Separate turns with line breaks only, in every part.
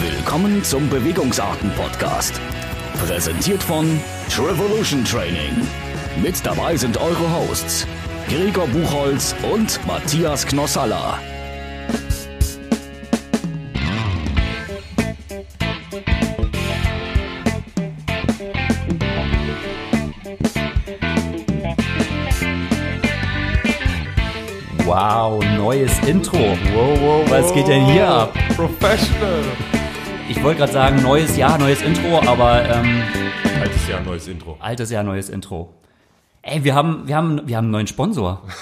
Willkommen zum Bewegungsarten-Podcast. Präsentiert von Trivolution Training. Mit dabei sind eure Hosts Gregor Buchholz und Matthias Knossalla.
Wow, neues Intro. Wow, wow, Was geht denn hier ab?
Oh, Professional.
Ich wollte gerade sagen, neues Jahr, neues Intro, aber ähm,
Altes Jahr, neues Intro.
altes Jahr, neues Intro. Ey, wir haben, wir haben, wir haben einen neuen Sponsor.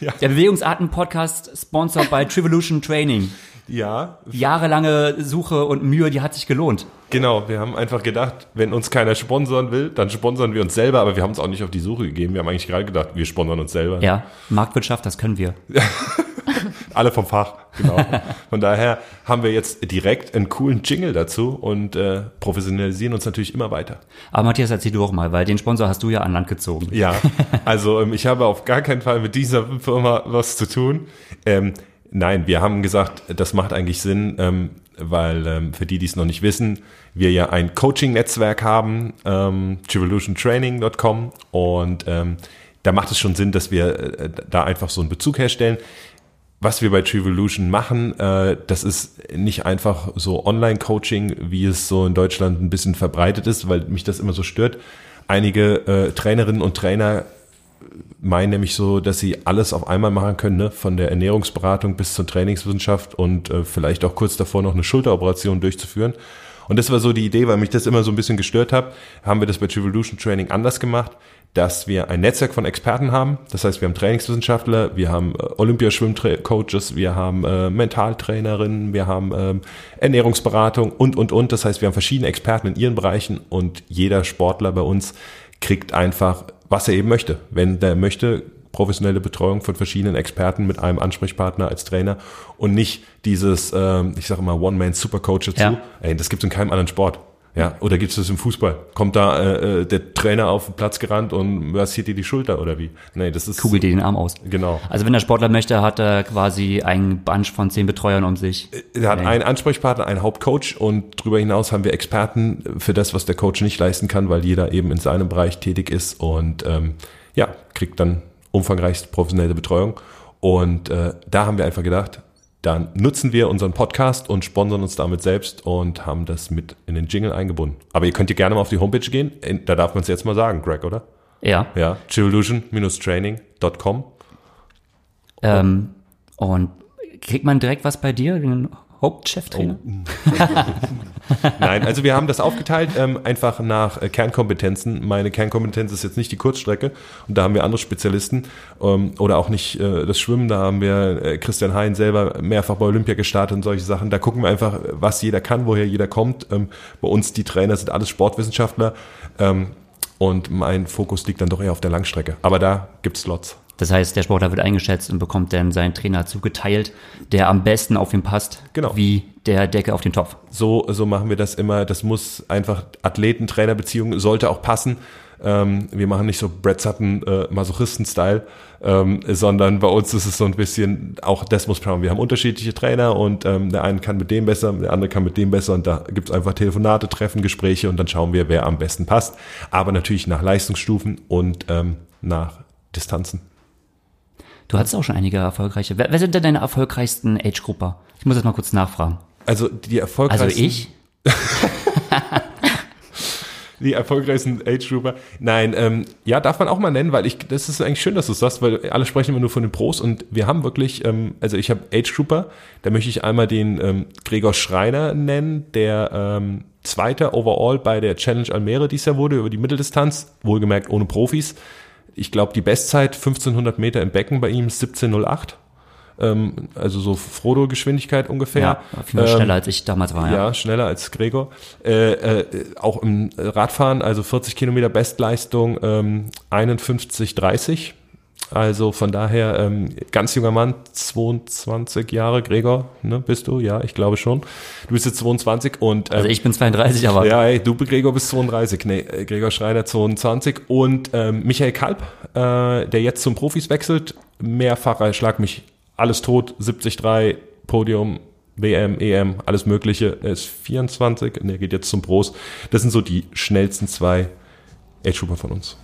Ja.
Der Bewegungsarten-Podcast, sponsored by Trivolution Training.
Ja,
Jahrelange Suche und Mühe, die hat sich gelohnt.
genau. Wir haben einfach gedacht, wenn uns keiner sponsern will, dann sponsern wir uns selber. Aber wir haben es auch nicht auf die Suche gegeben. Wir haben eigentlich gerade gedacht, wir sponsern uns selber.
Ja, Marktwirtschaft, das können wir.
Alle vom Fach, genau. Von daher haben wir jetzt direkt einen coolen Jingle dazu und äh, professionalisieren uns natürlich immer weiter.
Aber Matthias, erzähl du doch mal, weil den Sponsor hast du ja an Land gezogen.
Ja, also ähm, ich habe auf gar keinen Fall mit dieser Firma was zu tun. Ähm, nein, wir haben gesagt, das macht eigentlich Sinn, ähm, weil ähm, für die, die es noch nicht wissen, wir ja ein Coaching-Netzwerk haben, ähm, trivolutiontraining.com und ähm, da macht es schon Sinn, dass wir äh, da einfach so einen Bezug herstellen was wir bei Trivolution machen, äh, das ist nicht einfach so Online-Coaching, wie es so in Deutschland ein bisschen verbreitet ist, weil mich das immer so stört. Einige äh, Trainerinnen und Trainer meinen nämlich so, dass sie alles auf einmal machen können, ne? von der Ernährungsberatung bis zur Trainingswissenschaft und äh, vielleicht auch kurz davor noch eine Schulteroperation durchzuführen. Und das war so die Idee, weil mich das immer so ein bisschen gestört hat, haben wir das bei Trivolution Training anders gemacht, dass wir ein Netzwerk von Experten haben. Das heißt, wir haben Trainingswissenschaftler, wir haben äh, Olympiaschwimmcoaches, wir haben äh, Mentaltrainerinnen, wir haben ähm, Ernährungsberatung und, und, und. Das heißt, wir haben verschiedene Experten in ihren Bereichen und jeder Sportler bei uns kriegt einfach, was er eben möchte. Wenn der möchte, professionelle Betreuung von verschiedenen Experten mit einem Ansprechpartner als Trainer und nicht dieses, ähm, ich sage immer, One-Man-Supercoach dazu.
Ja.
Ey, das gibt's in keinem anderen Sport. Ja, oder gibt's das im Fußball? Kommt da äh, äh, der Trainer auf den Platz gerannt und massiert dir die Schulter oder wie? Nee, das ist
Kugel dir den Arm aus.
Genau.
Also wenn der Sportler möchte, hat er quasi einen Bunch von zehn Betreuern um sich.
Er hat
Nee.
einen Ansprechpartner, einen Hauptcoach und darüber hinaus haben wir Experten für das, was der Coach nicht leisten kann, weil jeder eben in seinem Bereich tätig ist und ähm, ja, kriegt dann umfangreichst professionelle Betreuung. Und äh, da haben wir einfach gedacht, dann nutzen wir unseren Podcast und sponsern uns damit selbst und haben das mit in den Jingle eingebunden. Aber ihr könnt ihr gerne mal auf die Homepage gehen, In- da darf man es jetzt mal sagen, Greg, oder?
Ja.
Ja, chillusion-training.com.
Ähm, und kriegt man direkt was bei dir, den Hauptcheftrainer?
Oh. Nein, also wir haben das aufgeteilt, ähm, einfach nach äh, Kernkompetenzen. Meine Kernkompetenz ist jetzt nicht die Kurzstrecke und da haben wir andere Spezialisten ähm, oder auch nicht äh, das Schwimmen, da haben wir äh, Christian Hein selber mehrfach bei Olympia gestartet und solche Sachen. Da gucken wir einfach, was jeder kann, woher jeder kommt. Ähm, bei uns die Trainer sind alles Sportwissenschaftler ähm, und mein Fokus liegt dann doch eher auf der Langstrecke. Aber da gibt's Slots.
Das heißt, der Sportler wird eingeschätzt und bekommt dann seinen Trainer zugeteilt, der am besten auf ihn passt,
Genau.
wie der Decke auf den Topf.
So, so machen wir das immer. Das muss einfach Athleten-Trainer-Beziehung sollte auch passen. Ähm, wir machen nicht so Brad Sutton äh, Masochisten-Style, ähm, sondern bei uns ist es so ein bisschen, auch das muss schauen. Wir haben unterschiedliche Trainer und ähm, der eine kann mit dem besser, der andere kann mit dem besser und da gibt's einfach Telefonate, Treffen, Gespräche und dann schauen wir, wer am besten passt. Aber natürlich nach Leistungsstufen und ähm, nach Distanzen.
Du hattest auch schon einige erfolgreiche. Wer, wer sind denn deine erfolgreichsten Age-Grupper? Ich muss das mal kurz nachfragen.
Also die erfolgreichsten.
Also ich?
Die erfolgreichsten Age Grouper. Nein, ähm, ja, darf man auch mal nennen, weil ich, das ist eigentlich schön, dass du es sagst, weil alle sprechen immer nur von den Pros und wir haben wirklich, ähm, also ich habe Age Grouper, da möchte ich einmal den ähm, Gregor Schreiner nennen, der ähm, Zweiter overall bei der Challenge Almere dies Jahr wurde über die Mitteldistanz, wohlgemerkt ohne Profis. Ich glaube, die Bestzeit 1500 Meter im Becken bei ihm ist 1708. Ähm, also so Frodo-Geschwindigkeit ungefähr.
Ja, viel
Ähm,
schneller als ich damals war. Ja.
ja, schneller als Gregor. Äh, äh, auch im Radfahren, also 40 Kilometer Bestleistung ähm, 51,30. Also von daher, ähm, ganz junger Mann, 22 Jahre, Gregor, ne, bist du? Ja, ich glaube schon. Du bist jetzt 22 und ähm,
Also ich bin 32, aber
ja, ey, du, Gregor, bist 32. Nee, äh, Gregor Schreiner 22. Und ähm, Michael Kalb, äh, der jetzt zum Profis wechselt, mehrfacher Schlag mich alles tot, 70-3, Podium, WM, EM, alles Mögliche. Er ist 24 und er geht jetzt zum Pros. Das sind so die schnellsten zwei Age Grouper von uns.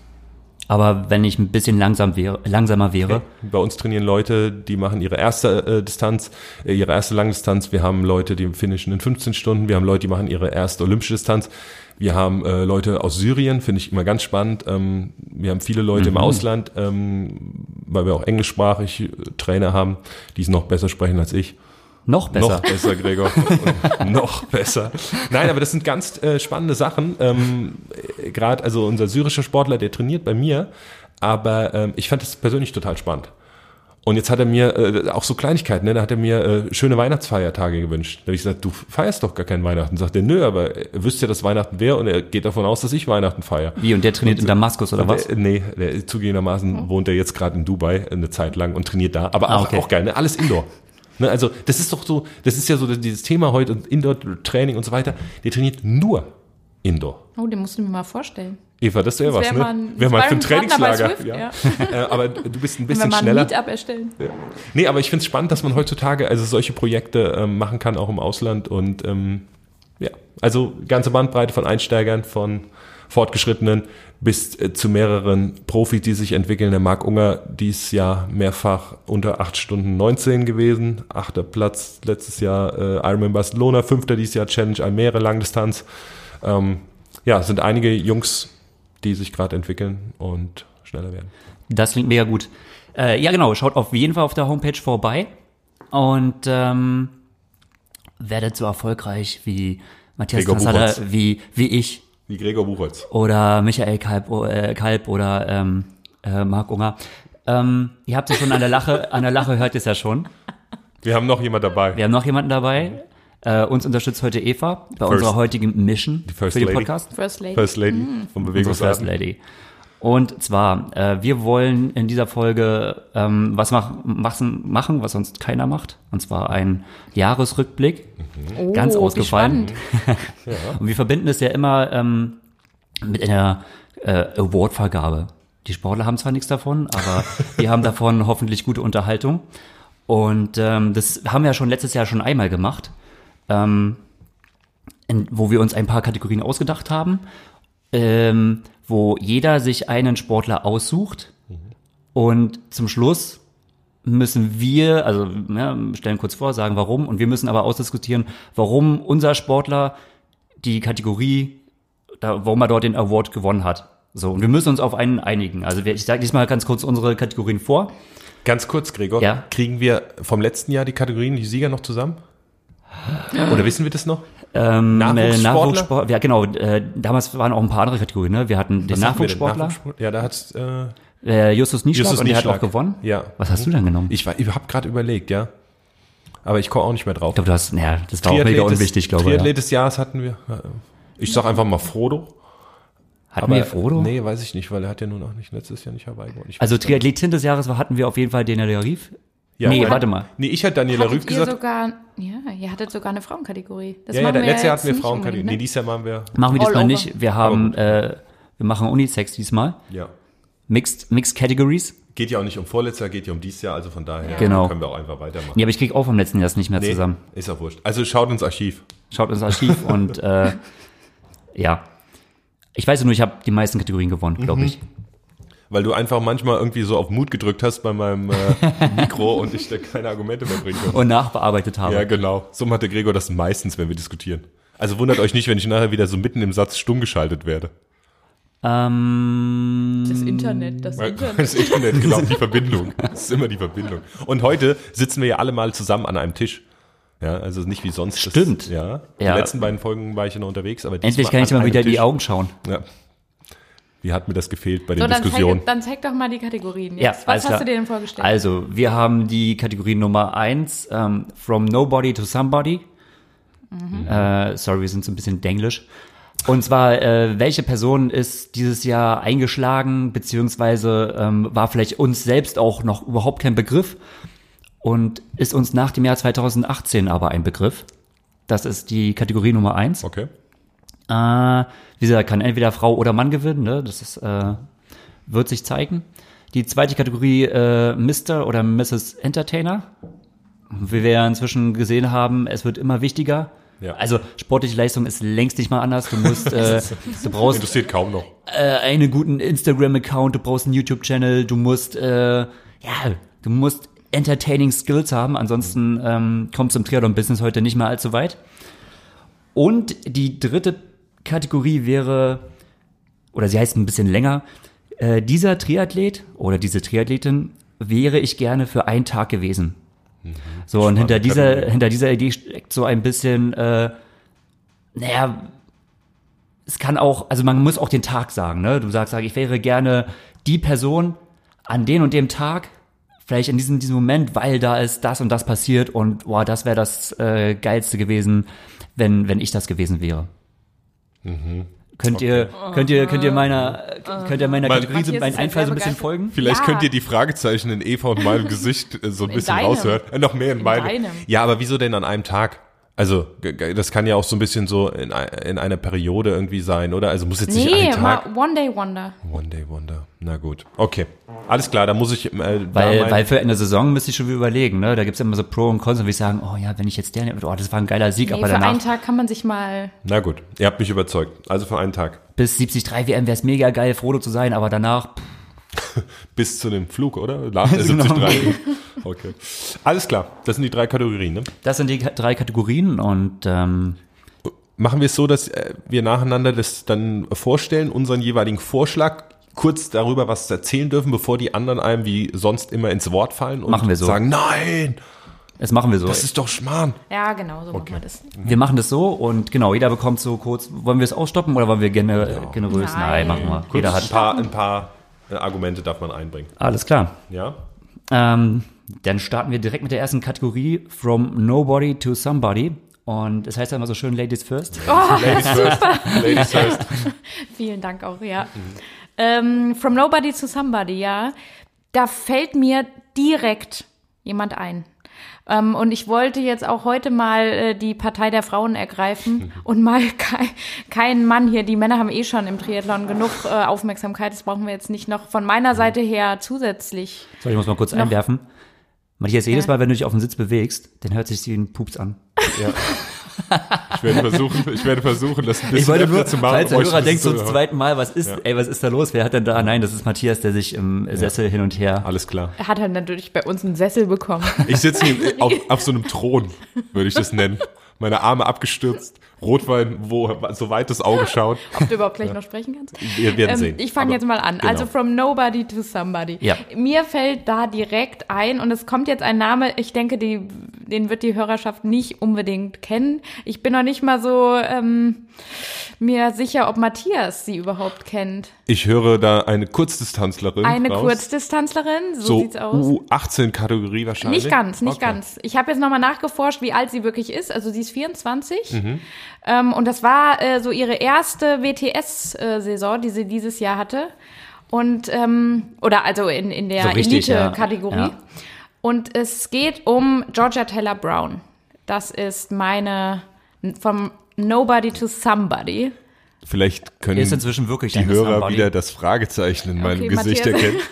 Aber wenn ich ein bisschen langsam wäre, langsamer wäre,
Bei uns trainieren Leute, die machen ihre erste äh, Distanz, äh, ihre erste Langdistanz. Wir haben Leute, die finishen in 15 Stunden. Wir haben Leute, die machen ihre erste olympische Distanz. Wir haben äh, Leute aus Syrien, finde ich immer ganz spannend. Ähm, wir haben viele Leute im Ausland, ähm, weil wir auch englischsprachig äh, Trainer haben, die es noch besser sprechen als ich.
noch besser.
Noch besser, Gregor. noch besser. Nein, aber das sind ganz äh, spannende Sachen. Ähm, äh, Gerade also unser syrischer Sportler, der trainiert bei mir, aber ähm, ich fand das persönlich total spannend. Und jetzt hat er mir äh, auch so Kleinigkeiten, ne? da hat er mir äh, schöne Weihnachtsfeiertage gewünscht. Da habe ich gesagt, du feierst doch gar kein Weihnachten. Sagt er, nö, aber er wüsste ja, dass Weihnachten wäre und er geht davon aus, dass ich Weihnachten feiere.
Wie, und der trainiert
äh,
in Damaskus oder was?
Der, nee, der,
Hm?
zugegebenermaßen wohnt er jetzt gerade in Dubai eine Zeit lang und trainiert da. Aber
Ah,
auch,
okay.
auch geil, ne? alles Indoor. Ne, also das ist doch so, das ist ja so dieses Thema heute und Indoor-Training und so weiter. Der trainiert nur Indoor.
Oh, den musst du mir mal vorstellen.
Eva, das wäre
Das
was,
wär
ne?
mal ein-
Wäre mal für ein
Sparring- Partner bei
Trainingslager.
Swift,
ja. Äh, aber du bist ein
Wenn wir
bisschen
mal ein
schneller.
Meetup erstellen.
Nee, aber ich finde es spannend, dass man heutzutage also solche Projekte ähm, machen kann, auch im Ausland. Und ähm, ja, also ganze Bandbreite von Einsteigern, von Fortgeschrittenen bis äh, zu mehreren Profis, die sich entwickeln. Der Marc Unger dies Jahr mehrfach unter 8 Stunden 19 gewesen. Achter Platz letztes Jahr äh, Ironman Barcelona, fünfter dieses Jahr Challenge Almere, Langdistanz. Ähm, ja, es sind einige Jungs, die sich gerade entwickeln und schneller werden.
Das klingt mega gut. Äh, ja, genau, schaut auf jeden Fall auf der Homepage vorbei und ähm, werdet so erfolgreich wie Matthias
Gregor
Tassala,
Buchholz.
wie, wie ich
Wie Gregor Buchholz.
oder Michael Kalb, äh, Kalb oder ähm, äh, Marc Unger. Ähm, ihr habt es schon an der Lache, an der Lache hört ihr es ja schon.
Wir haben noch jemand dabei.
Wir haben noch jemanden dabei. Äh, uns unterstützt heute Eva bei unserer heutigen Mission
First
für den
Lady.
Podcast.
First Lady.
First Lady
Mhm.
vom
unsere First
Bewegungsarten.
Lady. Und zwar, äh, wir wollen in dieser Folge ähm, was mach, machen, machen, was sonst keiner macht. Und zwar einen Jahresrückblick.
Oh,
Ganz
wie
ausgefallen.
spannend.
Und wir verbinden es ja immer ähm, mit einer äh, Awardvergabe. Die Sportler haben zwar nichts davon, aber wir haben davon hoffentlich gute Unterhaltung. Und ähm, das haben wir ja schon letztes Jahr schon einmal gemacht, ähm, in, wo wir uns ein paar Kategorien ausgedacht haben, ähm, wo jeder sich einen Sportler aussucht
Mhm.
und zum Schluss müssen wir, also ja, stellen kurz vor, sagen warum und wir müssen aber ausdiskutieren, warum unser Sportler die Kategorie, da, warum er dort den Award gewonnen hat. So, und wir müssen uns auf einen einigen. Also wir, ich sage diesmal ganz kurz unsere Kategorien vor.
Ganz kurz, Gregor,
Ja.
kriegen wir vom letzten Jahr die Kategorien, die Sieger noch zusammen? Oder wissen wir das noch?
Ähm,
Nachwuchssportler?
Nachwuchssport- ja genau, äh, damals waren auch ein paar andere Kategorien, ne? Wir hatten den
Was hatten wir denn?
Nachwuchssportler,
Nachwuchssport- Ja, da hat's. Äh,
äh, Justus Nieschlag
Justus
und der hat
Nieschlag.
auch gewonnen.
Ja.
Was hast du denn genommen?
ich war- ich habe gerade überlegt, ja. Aber ich komme auch nicht mehr drauf.
Ich glaube, du hast, naja, das war auch mega unwichtig, glaube ich. Ja.
Triathlet des Jahres hatten wir. Äh, Ich sag einfach mal Frodo.
Hatten wir Frodo?
Nee, weiß ich nicht, weil er hat ja nun auch nicht letztes Jahr nicht Hawaii gewonnen. Ich
Also
weiß gar nicht.
Triathletin des Jahres war- hatten wir auf jeden Fall den der Rief.
Ja,
nee,
weil-
warte mal.
Nee, ich hatte Daniela Rüb
Hattet ihr
gesagt.
sogar, ja, ihr hattet sogar eine Frauenkategorie. Das
ja, ja,
machen
da-
wir
letztes Jahr hatten
jetzt
wir
nicht
Frauenkategorie.
unbedingt, ne?
Nee, dieses Jahr machen wir.
Machen wir
All
diesmal
over.
nicht. Wir haben, äh, wir machen Unisex diesmal.
Ja.
Mixed, Mixed Categories.
Geht ja auch nicht um vorletztes Jahr, geht ja um dieses Jahr, also von daher
Genau.
können wir auch einfach weitermachen.
Nee, aber ich krieg auch vom letzten Jahr das nicht mehr
Nee,
zusammen.
Ist ja wurscht. Also schaut ins Archiv.
Schaut ins Archiv und äh, ja. Ich weiß nur, ich habe die meisten Kategorien gewonnen, glaube
Mhm.
ich.
Weil du einfach manchmal irgendwie so auf Mut gedrückt hast bei meinem äh, Mikro und ich da keine Argumente mehr bringen konnte.
Und nachbearbeitet habe.
Ja, genau. So macht der Gregor das meistens, wenn wir diskutieren. Also wundert euch nicht, wenn ich nachher wieder so mitten im Satz stumm geschaltet werde.
Ähm,
ne? Das Internet, das Internet.
Also, Das Internet, genau, die Verbindung. Das ist immer die Verbindung. Und heute sitzen wir ja alle mal zusammen an einem Tisch. Ja, also nicht wie sonst. Das-
Stimmt.
ja. Die
Ja.
letzten beiden Folgen war ich ja noch unterwegs, aber
endlich
diesmal
kann ich
an
mal
einem
wieder in die
Tisch.
Augen schauen.
Ja. Wie hat mir das gefehlt bei den
So, dann
Diskussionen?
zeig, dann zeig doch mal die Kategorien.
Ja,
Jetzt. Was
alles
hast
klar.
du dir denn vorgestellt?
Also, wir haben die Kategorie Nummer eins ähm, From Nobody to Somebody.
Mhm.
Äh, sorry, wir sind so ein bisschen denglisch. Und zwar, äh, welche Person ist dieses Jahr eingeschlagen, beziehungsweise ähm, war vielleicht uns selbst auch noch überhaupt kein Begriff und ist uns nach dem Jahr 2018 aber ein Begriff. Das ist die Kategorie Nummer eins.
Okay.
Äh, wie gesagt, kann entweder Frau oder Mann gewinnen, ne? Das ist, äh, wird sich zeigen. Die zweite Kategorie, äh, Mr. oder Mrs. Entertainer. wie wir ja inzwischen gesehen haben, es wird immer wichtiger.
Ja.
Also sportliche Leistung ist längst nicht mal anders. Du musst, äh, du brauchst
Interessiert kaum noch.
äh, einen guten Instagram-Account, du brauchst einen YouTube-Channel, du musst, äh, ja, du musst entertaining Skills haben, ansonsten ähm, kommst du im Triathlon-Business heute nicht mehr allzu weit. Und die dritte Kategorie wäre, oder sie heißt ein bisschen länger, äh, dieser Triathlet oder diese Triathletin wäre ich gerne für einen Tag gewesen. So, und hinter dieser,
Kategorie.
hinter dieser Idee steckt so ein bisschen, äh, naja, es kann auch, also man muss auch den Tag sagen, ne? Du sagst, sag, ich wäre gerne die Person an den und dem Tag, vielleicht in diesem, diesem Moment, weil da ist das und das passiert und boah, das wäre das äh, Geilste gewesen, wenn, wenn ich das gewesen wäre. Könnt ihr, könnt ihr, könnt ihr meiner, könnt ihr meiner
Mein-
Kategorie, so-
Oh. Matthias
meinen
ist
Einfall so ein bisschen
sehr begeistert.
folgen?
Vielleicht
Ja.
könnt ihr die Fragezeichen in Eva und meinem Gesicht äh, so ein
In
bisschen
deinem.
raushören. Äh, noch mehr in, meinem.
deinem.
Ja, aber wieso denn an einem Tag? Also, g- g- das kann ja auch so ein bisschen so in, ei- in einer Periode irgendwie sein, oder? Also muss jetzt nicht ein
Nee,
Tag.
mal One Day Wonder.
One Day Wonder. Na gut. Okay. Alles klar, da muss ich. Äh,
Weil,
da mein-
weil für eine Saison müsste ich schon wieder überlegen, ne? Da gibt's immer so Pro und Cons und wie ich sagen, oh ja, wenn ich jetzt der, oh, das war ein geiler Sieg,
Nee,
aber
für einen
danach
Tag kann man sich mal.
na gut, ihr habt mich überzeugt. Also für einen Tag.
bis 73 WM wär's mega geil, Frodo zu sein, aber danach, pff,
Bis zu dem Flug, oder? Nach der 73. Okay. Alles klar, das sind die drei Kategorien, ne?
das sind die Ka- drei Kategorien und ähm,
Machen wir es so, dass äh, wir nacheinander das dann vorstellen, unseren jeweiligen Vorschlag, kurz darüber was erzählen dürfen, bevor die anderen einem wie sonst immer ins Wort fallen und
Machen wir so.
sagen, nein,
das machen wir so.
das ist doch Schmarrn.
Ja, genau, so machen wir das.
wir machen das so und genau, jeder bekommt so kurz, wollen wir es ausstoppen oder wollen wir gener generös? Nein,
Nein.
machen wir.
Kurz
Jeder
ein
hat.
paar, ein paar äh, Argumente darf man einbringen.
Alles klar.
Ja?
Ähm, dann starten wir direkt mit der ersten Kategorie, From Nobody to Somebody. Und es heißt ja immer so schön Ladies First.
Oh,
Also Ladies first. Ladies first.
Vielen Dank auch, ja. Ähm, From Nobody to Somebody, ja. Da fällt mir direkt jemand ein. Ähm, und ich wollte jetzt auch heute mal äh, die Partei der Frauen
Mhm.
ergreifen und mal kein, keinen Mann hier. Die Männer haben eh schon im Triathlon genug äh, Aufmerksamkeit. Das brauchen wir jetzt nicht noch von meiner Seite her zusätzlich.
Sorry, ich muss mal kurz einwerfen. Matthias, jedes Mal, wenn du dich auf den Sitz bewegst, dann hört sich den Pups an.
Ja. Ich werde versuchen, ich werde versuchen, das ein bisschen
Ich wollte
öfter
nur,
zu machen.
falls der
euch
Hörer
das
denkt so
zu
zum
hören.
zweiten Mal, was ist, ey, was ist da los? Wer hat denn da? Nein, das ist Matthias, der sich im Sessel hin und her.
Alles klar.
Er hat halt natürlich bei uns einen Sessel bekommen.
Ich sitze hier auf, auf so einem Thron, würde ich das nennen. Meine Arme abgestürzt, Rotwein, wo soweit das Auge schaut.
Ob du überhaupt gleich noch sprechen kannst.
Wir werden sehen.
Ähm, Ich fange
Aber-
jetzt mal an.
genau.
Also from nobody to somebody.
Ja.
Mir fällt da direkt ein und es kommt jetzt ein Name, ich denke, die, den wird die Hörerschaft nicht unbedingt kennen. Ich bin noch nicht mal so ähm, mir sicher, ob Matthias sie überhaupt kennt.
Ich höre da eine Kurzdistanzlerin.
Eine
raus.
Kurzdistanzlerin, so,
so
sieht's aus.
U18-Kategorie wahrscheinlich.
Nicht ganz, nicht
Okay.
ganz. Ich habe jetzt nochmal nachgeforscht, wie alt sie wirklich ist. Also sie ist 24.
Mhm.
Ähm, und das war äh, so ihre erste WTS-Saison, die sie dieses Jahr hatte. Und ähm, oder also in, in der
So richtig, ja.
Elite-Kategorie.
Ja.
Und es geht um Georgia Taylor Brown. Das ist meine vom Nobody to Somebody.
Vielleicht können
Der ist inzwischen wirklich
die
eine
Hörer
Somebody.
wieder das Fragezeichen in meinem
Okay,
Gesicht
Matthias.
erkennen.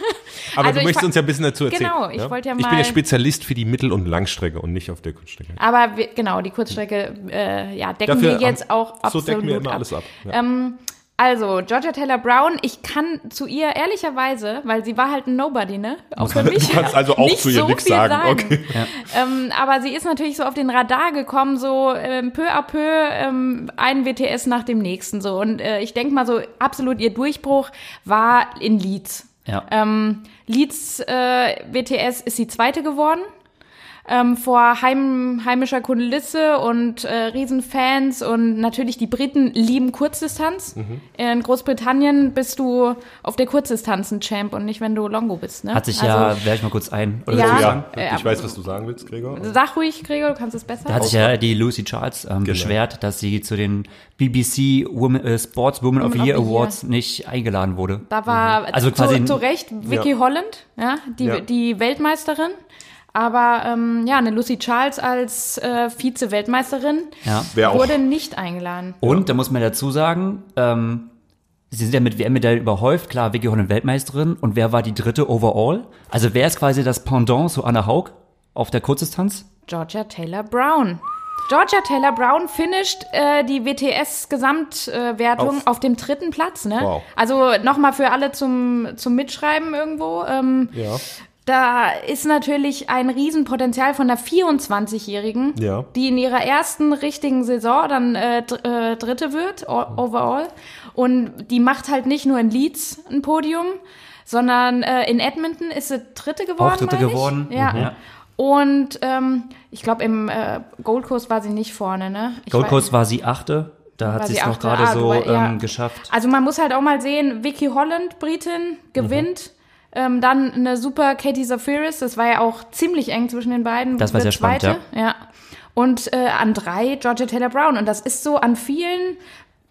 Aber
Also
du
ich
möchtest
fa-
uns ja ein bisschen dazu erzählen.
Genau, ich wollte ja
Ich bin ja
mal-
Spezialist für die Mittel- und Langstrecke und nicht auf der Kurzstrecke.
Aber wir, genau, die Kurzstrecke äh, ja, decken wir jetzt auch
So
absolut
decken wir immer
ab. Ähm,
alles ab. Ja.
Also, Georgia Taylor Brown, ich kann zu ihr ehrlicherweise, weil sie war halt ein Nobody, ne? Auch für mich.
Du kannst also auch
nicht
zu ihr
so
nichts
viel
sagen.
sagen.
Okay.
Ähm, aber sie ist natürlich so auf den Radar gekommen, so ähm, peu à peu ähm, ein WTS nach dem nächsten so. Und äh, ich denke mal so, absolut ihr Durchbruch war in Leeds.
Ja.
Ähm, Leeds äh, WTS ist die zweite geworden. Ähm, vor heim, heimischer Kulisse und äh, Riesenfans und natürlich die Briten lieben Kurzdistanz.
Mhm.
In Großbritannien bist du auf der Kurzdistanz ein Champ und nicht, wenn du Longo bist. Ne?
Hat sich
Also,
ja, werfe ich mal kurz ein. Oder
Ja.
willst du sagen?
Ja,
äh,
ich weiß, was du sagen willst, Gregor.
Sag ruhig, Gregor, du kannst es besser.
Da hat sich ja die Lucy Charles ähm, beschwert, dass sie zu den BBC Women, äh, Sports Women of the
Women
Year
of the Year.
Awards nicht eingeladen wurde.
Da war
Also
also
quasi
zu,
ein-
zu Recht Vicky
Ja.
Holland, ja, die,
Ja.
die Weltmeisterin. Aber ähm, ja, eine Lucy Charles als äh, Vize-Weltmeisterin
Ja.
Wer auch-
wurde nicht eingeladen.
Und da muss man dazu sagen, ähm, sie sind ja mit WM-Medaillen überhäuft. Klar, Vicky Holland Weltmeisterin. Und wer war die dritte overall? Also wer ist quasi das Pendant zu Anna Haug auf der Kurzdistanz?
Georgia Taylor Brown. Georgia Taylor Brown finisht äh, die WTS-Gesamtwertung
Auf-
auf, dem dritten Platz. Ne?
Wow.
Also nochmal für alle zum, zum Mitschreiben irgendwo. Ähm,
Ja.
Da ist natürlich ein Riesenpotenzial von der 24-Jährigen,
Ja.
die in ihrer ersten richtigen Saison dann äh, dr äh, Dritte wird, o- overall. Und die macht halt nicht nur in Leeds ein Podium, sondern äh, in Edmonton ist sie Dritte geworden.
Auch Dritte
meine ich.
geworden.
Ja.
Mhm. Ja.
Und ähm, ich glaube, im äh, Gold Coast war sie nicht vorne, ne? Ich
Gold
weiß-
Coast war sie achte. Da
war
hat sie
sie
es noch
Achte.
gerade
Ah,
so
du- ja.
ähm, geschafft.
Also man muss halt auch mal sehen, Vicky Holland, Britin, gewinnt. Ähm, dann eine super Katie Zafiris, das war ja auch ziemlich eng zwischen den beiden.
Das war
Wird
sehr spannend,
Zweite, ja. Und äh, an drei Georgia Taylor Brown. Und das ist so an vielen,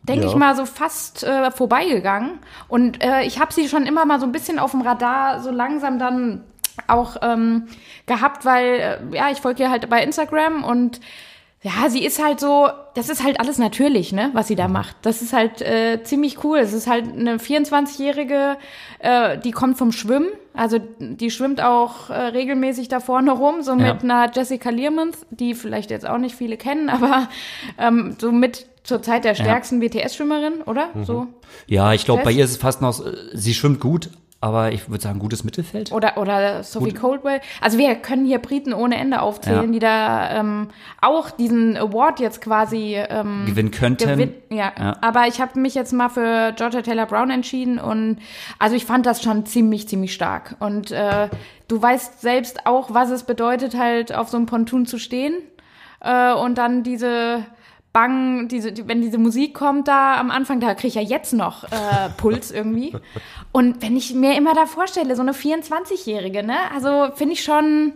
denke
Ja.
ich mal, so fast äh, vorbeigegangen. Und äh, ich habe sie schon immer mal so ein bisschen auf dem Radar so langsam dann auch ähm, gehabt, weil, äh, ja, ich folge ihr halt bei Instagram und ja, sie ist halt so, das ist halt alles natürlich, ne, was sie
Mhm.
da macht. Das ist halt äh, ziemlich cool. Es ist halt eine 24-Jährige, äh, die kommt vom Schwimmen. Also die schwimmt auch äh, regelmäßig da vorne rum, so mit
Ja.
einer Jessica Learmonth, die vielleicht jetzt auch nicht viele kennen, aber ähm, so mit zur Zeit der stärksten WTS-Schwimmerin, oder?
Mhm.
So.
Ja, ich glaube, bei
Fest?
ihr ist es fast noch, äh, sie schwimmt gut, aber ich würde sagen, gutes Mittelfeld.
Oder, oder Sophie Coldwell. Also wir können hier Briten ohne Ende aufzählen,
Ja.
die da ähm, auch diesen Award jetzt quasi ähm,
Gewinnen könnten.
Gewinn, ja.
Ja.
aber ich habe mich jetzt mal für Georgia Taylor Brown entschieden und also ich fand das schon ziemlich, ziemlich stark. Und äh, du weißt selbst auch, was es bedeutet, halt auf so einem Pontoon zu stehen äh, und dann diese Bang, diese, die, wenn diese Musik kommt da am Anfang, da kriege ich ja jetzt noch äh, Puls irgendwie. Und wenn ich mir immer da vorstelle, so eine 24-Jährige, ne? Also finde ich schon,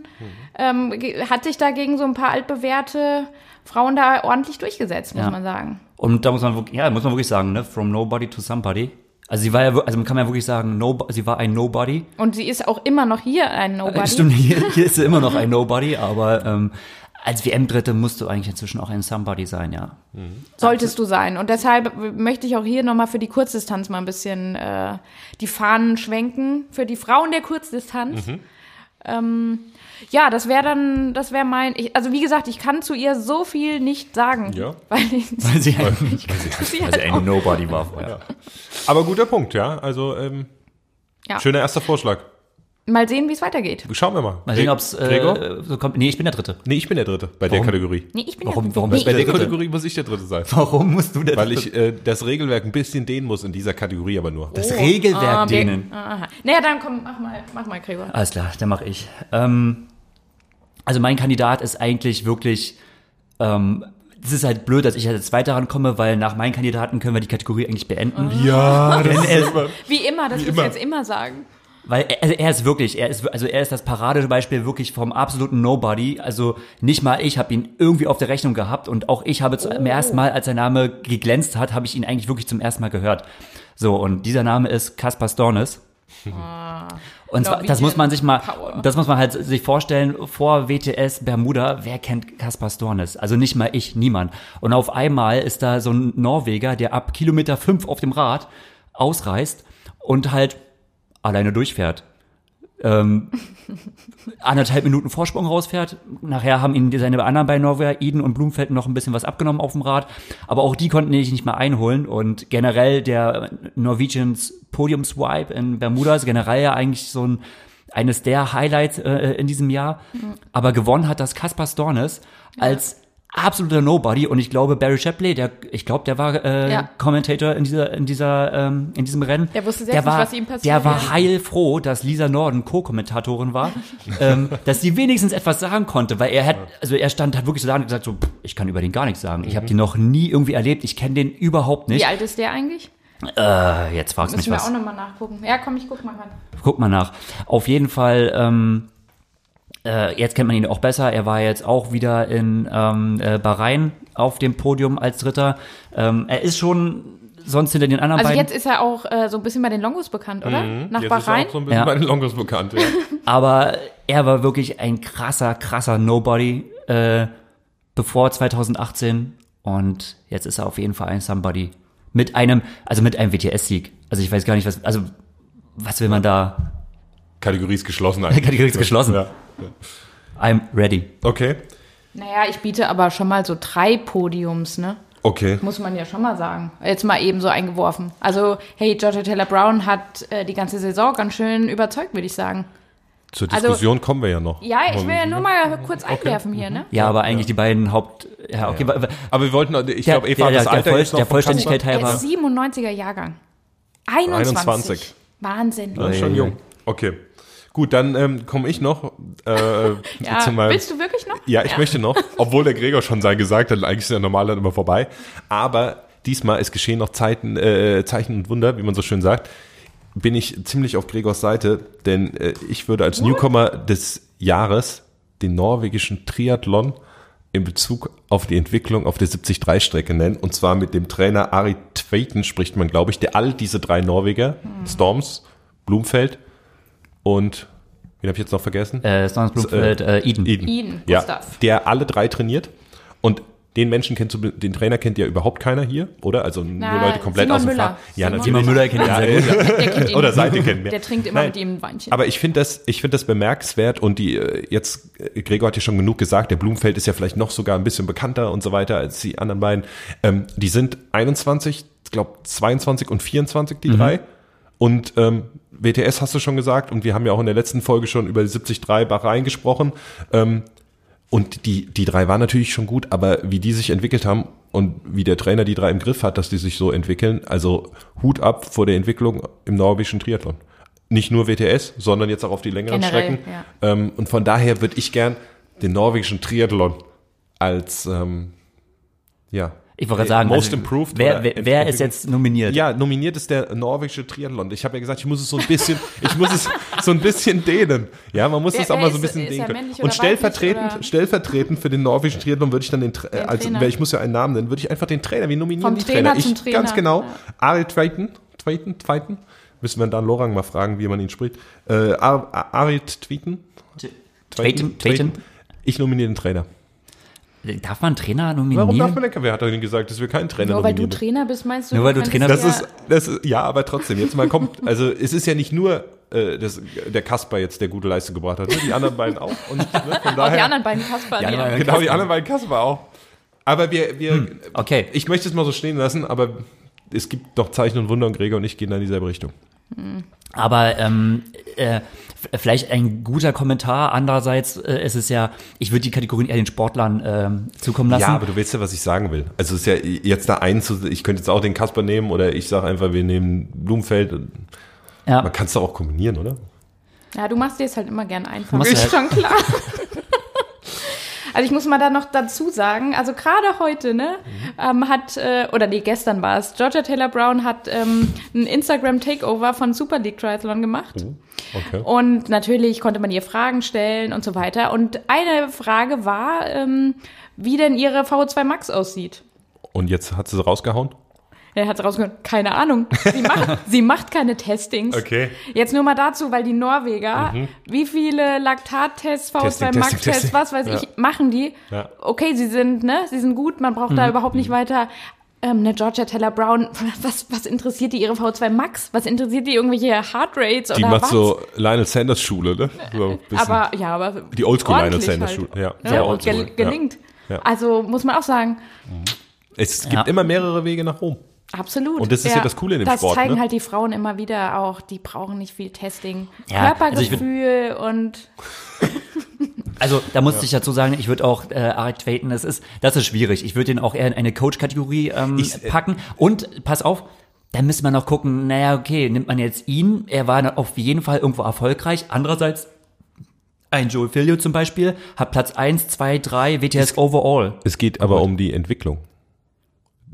ähm, ge- hat sich da gegen so ein paar altbewährte Frauen da ordentlich durchgesetzt, muss
Ja.
man sagen.
Und da muss man wirklich, ja, muss man wirklich sagen, ne, from nobody to somebody. Also sie war ja, wir- also man kann ja wirklich sagen, no, sie war ein Nobody.
Und sie ist auch immer noch hier ein Nobody.
Äh, Stimmt, hier, hier ist sie immer noch ein Nobody, aber ähm, als WM-Dritte musst du eigentlich inzwischen auch ein Somebody sein, ja.
Solltest du sein. Und deshalb möchte ich auch hier nochmal für die Kurzdistanz mal ein bisschen äh, die Fahnen schwenken. Für die Frauen der Kurzdistanz.
Mhm.
Ähm, ja, das wäre dann, das wäre mein. Ich, also wie gesagt, ich kann zu ihr so viel nicht sagen.
Ja.
Weil ich
Weil sie ein,
sie
also
halt
ein Nobody war vorher.
Aber guter Punkt, ja. Also ähm,
Ja.
schöner erster Vorschlag.
mal sehen, wie es weitergeht.
Schauen wir mal.
Mal sehen,
Gre-
ob's
Gregor?
äh, so kommt. Nee, ich bin der Dritte.
Nee, ich bin der Dritte bei der
Warum?
Kategorie.
Nee, ich bin
Warum-
ja
warum
nee,
ist
Bei
der
der
Dritte?
Kategorie muss ich der Dritte sein.
Warum musst du der
Weil
Dritte?
ich äh, das Regelwerk ein bisschen dehnen muss in dieser Kategorie, aber nur.
das Regelwerk
Ah, wir-
denen.
Aha. Naja, dann komm, mach mal, mach mal, Gregor.
Alles klar, dann mache ich. Ähm, also mein Kandidat ist eigentlich wirklich. Ähm, es ist halt blöd, dass ich als Zweiter rankomme, weil nach meinen Kandidaten können wir die Kategorie eigentlich beenden.
Ja, das
Denn er,
Wie immer, das muss ich
immer.
jetzt immer sagen.
weil er, also er ist wirklich, er ist, also er ist das Paradebeispiel wirklich vom absoluten Nobody. Also nicht mal ich habe ihn irgendwie auf der Rechnung gehabt und auch ich habe zum ersten Mal, als sein Name geglänzt hat, habe ich ihn eigentlich wirklich zum ersten Mal gehört. So und dieser Name ist Kaspar Stornes. Und zwar, das muss man sich mal,
Power.
das muss man halt sich vorstellen, vor WTS Bermuda, wer kennt Kaspar Stornes? Also nicht mal ich, niemand. Und auf einmal ist da so ein Norweger, der ab Kilometer fünf auf dem Rad ausreißt und halt alleine durchfährt. Ähm, anderthalb Minuten Vorsprung rausfährt. Nachher haben ihn seine anderen beiden Norweger, Eden und Blumfeld, noch ein bisschen was abgenommen auf dem Rad. Aber auch die konnten ich nicht mal einholen. Und generell der Norwegians Podiumswipe in Bermudas, generell ja eigentlich so ein, eines der Highlights äh, in diesem Jahr. Aber gewonnen hat das Kaspar Stornes als absoluter Nobody. Und ich glaube, Barry Shapley, der, ich glaube, der war äh,
Ja.
Commentator in dieser, in dieser, ähm, in diesem Rennen.
Der wusste selbst nicht, was ihm passiert
Der war
wäre.
heilfroh, dass Lisa Norden Co-Kommentatorin war, ähm, dass sie wenigstens etwas sagen konnte, weil er hat, also er stand, hat wirklich so da und gesagt, so, "Pff, ich kann über den gar nichts sagen. Ich habe den noch nie irgendwie erlebt, ich kenne den überhaupt
Wie
nicht.
alt ist der eigentlich?
Äh, jetzt fragst du mich
Müssen wir
was.
auch nochmal nachgucken. Ja, komm, ich guck mal ran.
Guck mal nach. Auf jeden Fall, ähm, äh, jetzt kennt man ihn auch besser. Er war jetzt auch wieder in ähm, äh, Bahrain auf dem Podium als Dritter. Ähm, er ist schon sonst hinter den anderen
Also
beiden.
jetzt ist er auch äh, so ein bisschen bei den Longos bekannt, oder? Nach
Mhm. Jetzt ist
Bahrain.
auch so ein bisschen
Ja.
bei den Longos bekannt. Ja.
Aber er war wirklich ein krasser, krasser Nobody äh, bevor 2018 und jetzt ist er auf jeden Fall ein Somebody mit einem, also mit einem WTS-Sieg. Also ich weiß gar nicht, was, also was will man da?
Kategorie ist geschlossen
Kategorie ist geschlossen.
Ja.
I'm ready.
Okay.
Naja, ich biete aber schon mal so drei Podiums, ne?
Okay.
Muss man ja schon mal sagen. Jetzt mal eben so eingeworfen. Also, hey, Georgia Taylor Brown hat äh, die ganze Saison ganz schön überzeugt, würde ich sagen.
Zur
also-
Diskussion kommen wir ja noch.
Ja, ich will ja nur mal kurz einwerfen hier,
Mhm.
ne?
Ja, aber eigentlich die beiden Haupt. Ja, okay, wa- wa-
Aber wir wollten, äh, ich
der,
glaube, Eva,
der,
das
der,
Alter
Voll,
ist noch
der
von Kasper.
Vollständigkeit
Er
halber.
ist 97er Jahrgang. 21.
21.
Wahnsinn.
Dann schon
Eieiei.
jung. Okay. Gut, dann ähm, komme ich noch äh,
Ja,
zu meinem.
willst du wirklich noch?
Ja, ich möchte noch, obwohl der Gregor schon sein gesagt hat, eigentlich ist der normale immer vorbei. Aber diesmal ist geschehen noch Zeiten, äh, Zeichen und Wunder, wie man so schön sagt. Bin ich ziemlich auf Gregors Seite, denn äh, ich würde als Newcomer des Jahres den norwegischen Triathlon in Bezug auf die Entwicklung auf der 70-3-Strecke nennen. Und zwar mit dem Trainer Ari Tveiten spricht man, glaube ich, der all diese drei Norweger, Storms, Blumfeld und, wen habe ich jetzt noch vergessen?
Äh, Storms Blumfeld, äh, Eden.
Eden.
Eden,
ja,
Gustav.
Der alle drei trainiert. Und den Menschen kennt so, den Trainer kennt ja überhaupt keiner hier, oder? Also nur
Na,
Leute komplett
Simon
aus dem
Müller.
Fach. Ja,
Simon
Simon
natürlich.
Müller kennt ihn sehr gut.
Der, kennt ihn.
Oder Seite kennen wir.
der trinkt immer
Nein.
mit ihm ein Weinchen.
Aber ich finde das, ich finde das bemerkenswert und die äh, jetzt äh, Gregor hat ja schon genug gesagt, der Blumenfeld ist ja vielleicht noch sogar ein bisschen bekannter und so weiter als die anderen beiden. Ähm, die sind 21, glaube 22 und 24 die drei. Und ähm, WTS hast du schon gesagt und wir haben ja auch in der letzten Folge schon über die 73 Bahrain gesprochen. Ähm, und die, die drei waren natürlich schon gut, aber wie die sich entwickelt haben und wie der Trainer die drei im Griff hat, dass die sich so entwickeln, also Hut ab vor der Entwicklung im norwegischen Triathlon. Nicht nur WTS, sondern jetzt auch auf die längeren
Generell,
Strecken. Ähm, und von daher würde ich gern den norwegischen Triathlon als ähm, ja.
Ich wollte gerade sagen, also
Most improved
wer,
oder
wer, wer ist
entwickelt-
jetzt nominiert?
ja, nominiert ist der norwegische Triathlon. Ich habe ja gesagt, ich muss es so ein bisschen, ich muss es so ein bisschen dehnen. Ja, man muss
Wer-
es auch
wer
mal so ein
ist-
bisschen
ist
dehnen
er
können.
männlich
Und
oder weiblich
stellvertretend,
oder?
stellvertretend für den norwegischen Triathlon würde ich dann den, Tra
Den
also
Trainer.
ich muss ja einen Namen nennen, würde ich einfach den Trainer, wie nominieren
Vom
die
Trainer
Trainer?
zum
ich,
Trainer,
Ganz genau.
ja.
Ariel Tweiten, Tweiten, Tweiten. Müssen wir dann Lorang mal fragen, wie man ihn spricht. Äh, Ar- Ar- Ariel Tweeten.
Tweeten, Tweeten.
Ich nominiere den Trainer.
Darf man Trainer nominieren?
Warum darf man denn? Wer hat denn gesagt, dass wir keinen Trainer
Nur weil
nominieren?
du Trainer bist, meinst du?
Nur weil du
kannst
Trainer
Das
ja-
ist, das ist, ja, aber trotzdem, jetzt mal kommt, also es ist ja nicht nur äh, das, der Kasper jetzt, der gute Leistung gebracht hat, ne? die anderen beiden auch. Und ne, von
Auch die
daher,
anderen beiden Kasper.
Ja,
die-
aber-
genau, die anderen beiden Kasper Hm. auch. Aber wir, wir
okay.
ich möchte es mal so stehen lassen, aber es gibt doch Zeichen und Wunder und Gregor und ich gehen da in dieselbe Richtung.
Aber ähm, äh, f- vielleicht ein guter Kommentar. Andererseits äh, ist es ja, ich würde die Kategorien eher den Sportlern ähm, zukommen lassen.
Ja, aber du weißt ja, was ich sagen will. Also es ist ja jetzt da eins, ich könnte jetzt auch den Kasper nehmen oder ich sage einfach, wir nehmen Blumenfeld.
Ja.
Man kann es doch auch kombinieren, oder?
Ja, du machst dir es halt immer gern einfach.
Machst du halt
Ist schon klar. Also ich muss mal da noch dazu sagen, also gerade heute, ne,
Mhm.
ähm, hat, äh, oder nee, gestern war es, Georgia Taylor Brown hat ähm, ein Instagram-Takeover von Super League Triathlon
Mhm.
gemacht.
Okay.
Und natürlich konnte man ihr Fragen stellen und so weiter. Und eine Frage war, ähm, wie denn ihre VO2 Max aussieht.
Und jetzt hat sie rausgehauen?
Er hat rausgehört, keine Ahnung. Sie macht, sie macht keine Testings.
Okay. Mhm.
Jetzt nur mal dazu, weil die Norweger, wie viele Laktattests,
Testing,
VO2
Testing,
Max-Tests,
Testing.
was weiß
Ja.
ich, machen die?
Ja. Mhm.
Okay, sie sind, ne, sie sind gut, man braucht da überhaupt nicht weiter. Ähm, eine Georgia Taylor Brown, was, was interessiert die ihre V2 Max? Was interessiert die irgendwelche Heartrates
Die
oder
macht
was?
so Lionel Sanders Schule, ne? So ein bisschen.
aber ja, aber
Die Oldschool Lionel
ordentlich
Sanders
halt.
Schule. Ja,
Ne?
sehr
Und
oldschool.
gel gelingt.
Ja. Ja.
Also muss man auch sagen,
Ja. Es gibt
Ja.
immer mehrere Wege nach Rom.
Absolut.
Und das ist ja das Coole in dem
das
Sport,
Das zeigen
ne?
halt die Frauen immer wieder auch. Die brauchen nicht viel Testing.
Ja, also ich
Körpergefühl und
Also da muss ich dazu sagen, ich würde auch äh, Arik Twaiten, das ist, das ist schwierig. Ich würde den auch eher in eine Coach-Kategorie ähm,
Ich, äh,
packen. Und pass auf, da müsste man noch gucken, naja, okay, nimmt man jetzt ihn, er war auf jeden Fall irgendwo erfolgreich. Andererseits, ein Joel Filio zum Beispiel hat Platz 1, 2, 3 WTS overall.
Es geht aber um die Entwicklung.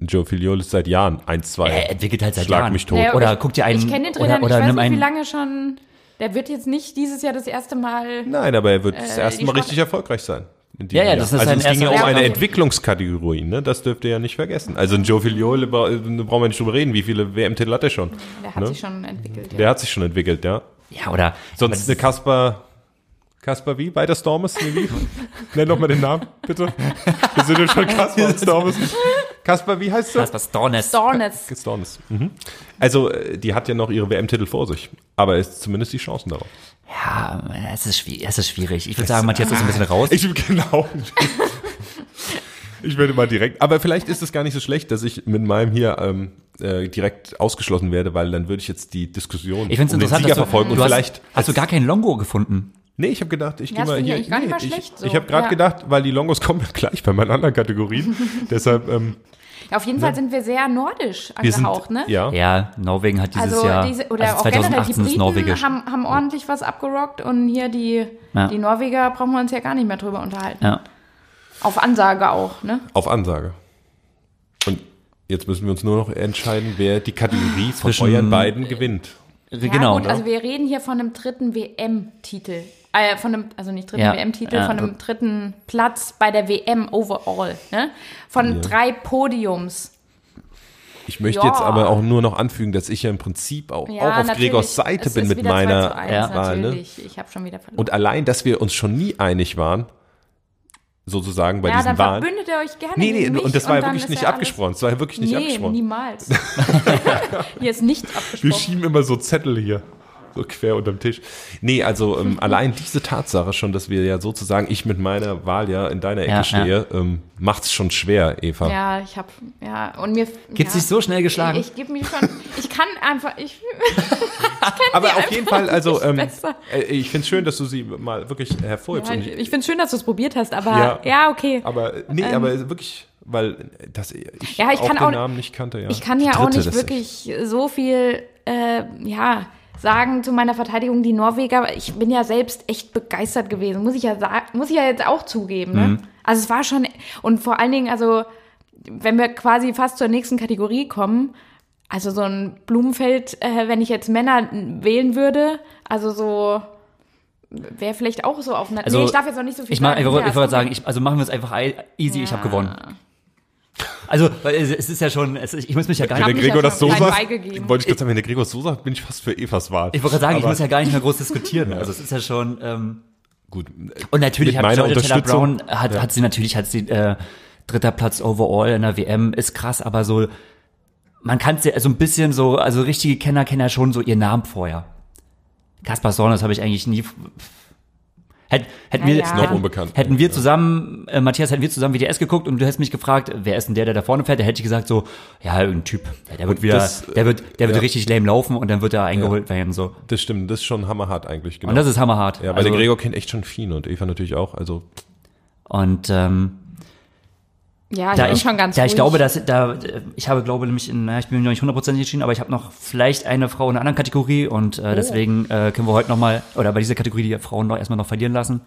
Joe Filiol ist seit Jahren 1, 2.
Er entwickelt halt seit
Schlag
Jahren.
mich tot.
Naja,
Oder
ich-
guck dir einen
ich kenne den
oder,
Trainer,
oder
ich weiß
nimm
nicht, wie
einen
lange schon. Der wird jetzt nicht dieses Jahr das erste Mal.
Nein, aber er wird das erste
die
Mal
Sport-
richtig erfolgreich sein. in diesem
Äh, Ja, ja,
Jahr.
das ist
also
sein
es ging ja
erster
um eine
Erfolg.
Entwicklungskategorie, ne? Das dürft ihr ja nicht vergessen. Also ein Joe Filiol, bra- äh, da brauchen wir nicht drüber reden, wie viele WM-Titel hat er schon?
Der hat
Ne?
sich schon entwickelt.
Der hat sich schon entwickelt, ja.
Ja, oder
Sonst eine Kasper. Kasper wie? Bei der Stormes? Nee, wie? Nenn doch mal den Namen, bitte. Wir sind ja schon Kasper und Stormes. Kasper, wie heißt du?
das was Dornes.
Stornets.
Stormes. Mhm. Also, äh, die hat ja noch ihre WM-Titel vor sich. Aber ist zumindest die Chancen darauf. Ah.
Ja, es ist schwierig. Es ist schwierig. Ich würde sagen, Matthias ist ein bisschen raus.
Ich bin genau. Ich werde mal direkt. Aber vielleicht ist es gar nicht so schlecht, dass ich mit meinem hier ähm, äh, direkt ausgeschlossen werde, weil dann würde ich jetzt die Diskussion
Ich finde es
um den
interessant, dass
Sieger
du,
verfolgen
du
und
hast,
vielleicht.
hast du gar keinen Longo gefunden.
Nee, ich habe gedacht, ich gehe
das
mal
finde
hier.
ich eigentlich gar nicht mal
ich
schlecht so.
ich habe gerade
Ja.
gedacht, weil die Longos kommen ja gleich bei meinen anderen Kategorien. Deshalb, ähm,
Ja, auf jeden Fall sind wir sehr nordisch
wir sind.
angehaucht, ne?
Ja.
Ja, Norwegen hat dieses
Also,
Jahr,
diese, oder
also
auch generell
2018
die
ist
Briten
norwegisch.
haben, haben ordentlich was abgerockt und hier die,
Ja.
die Norweger brauchen wir uns ja gar nicht mehr drüber unterhalten.
ja.
Auf Ansage auch, ne?
Auf Ansage. Und jetzt müssen wir uns nur noch entscheiden, wer die Kategorie von
Zwischen-
euren beiden gewinnt.
Re- genau.
Ja, gut, also wir reden hier von einem dritten WM-Titel. Äh, von einem, also nicht dritten
Ja,
WM-Titel,
ja.
von einem dritten Platz bei der WM overall. Ne? Von drei Podiums.
Ich möchte
Ja.
jetzt aber auch nur noch anfügen, dass ich ja im Prinzip auch,
Ja,
auch auf
natürlich.
Gregors Seite
Es
bin
ist
mit
wieder 2
meiner
zu 1,
Ja.
Wahl. Ne?
Natürlich, ich habe schon wieder verloren.
Und allein, dass wir uns schon nie einig waren, sozusagen bei
ja,
diesen
dann
Wahlen.
verbündet ihr euch gerne.
Nee, nee,
gegen mich
und das war ja
dann
wirklich
ist
nicht
ja alles-
abgesprochen. Das war ja wirklich nicht
Nee,
abgesprochen.
niemals. hier ist nicht
Wir
abgesprochen.
schieben immer so Zettel hier. So quer unterm Tisch. Nee, also ähm, allein diese Tatsache schon, dass wir ja sozusagen, ich mit meiner Wahl ja in deiner Ecke
Ja, ja.
stehe, ähm, macht es schon schwer, Eva.
Ja, ich habe ja und mir
Gibt's
ja.
dich so schnell geschlagen?
Ich, ich gebe mich schon. Ich kann einfach. Ich,
Aber auf jeden Fall, also ähm,
besser.
äh, ich finde es schön, dass du sie mal wirklich hervorhebst. Und
ich,
ich,
ich finde schön, dass du es probiert hast, aber
Ja.
ja, okay.
aber äh, nee, aber wirklich, weil äh, das, ich,
Ähm. Ja, ich
auch
kann
den
auch-
Namen nicht kannte. Ja.
Ich kann ja auch
Dritte,
nicht
das ist-
wirklich so viel, äh, ja, sagen zu meiner Verteidigung. Die Norweger, ich bin ja selbst echt begeistert gewesen, muss ich ja sagen, muss ich ja jetzt auch zugeben.
Mhm.
Ne? Also es war schon und vor allen Dingen, also wenn wir quasi fast zur nächsten Kategorie kommen, also so ein Blumenfeld, äh, wenn ich jetzt Männer wählen würde, also so wäre vielleicht auch so auf einer.
Also,
nee, ich darf jetzt noch nicht so viel
Ich, mach, ich, wollt-
Ja,
ich wollte
sorry.
sagen, ich, also machen wir es einfach ei- easy, ich habe
Ja.
gewonnen. Also, weil es es ist ja schon, es, ich muss mich ja gar
Wenn
hab
der
nicht,
mich
Gregor
ja
das so
schon klein
sagt,
beigegeben.
wollte ich kurz sagen, wenn der Gregor so sagt, bin ich fast für Evas Wahl.
ich wollte gerade sagen, ich
Aber
muss ja gar nicht mehr groß diskutieren. Also, es ist ja schon, ähm,
Gut,
und natürlich
Mit
hat
meiner
Georgia Taylor
Unterstützung-
Brown, hat, hat sie natürlich, hat sie, äh, dritter Platz overall in der WM, ist krass, aber so, man kann es ja so ein bisschen so, also richtige Kenner kennen ja schon so ihren Namen vorher. Kaspar Sorn, das habe ich eigentlich nie, Hätt, hätten, wir,
Naja. Ist noch
hätten,
unbekannt.
hätten wir zusammen, äh, Matthias, hätten wir zusammen WDS geguckt und du hättest mich gefragt, wer ist denn der, der da vorne fährt, da hätte ich gesagt so, ja, irgendein Typ, Ja, der wird wieder,
das, äh,
der wird, der wird
ja.
richtig lame laufen und dann wird er eingeholt werden, so.
das stimmt, das ist schon hammerhart eigentlich. Genau.
Und das ist hammerhart.
ja, weil
Also-
der Gregor kennt echt schon viel und Eva natürlich auch. Also
Und ähm,
Ja, ich
da
bin
ich,
schon ganz
da ich
ruhig.
glaube, dass da äh, ich habe glaube nämlich, in, naja, ich bin mir noch nicht hundertprozentig entschieden, aber ich habe noch vielleicht eine Frau in einer anderen Kategorie und
Oh.
äh, deswegen äh, können wir heute noch mal oder bei dieser Kategorie die Frauen noch erstmal noch verlieren lassen,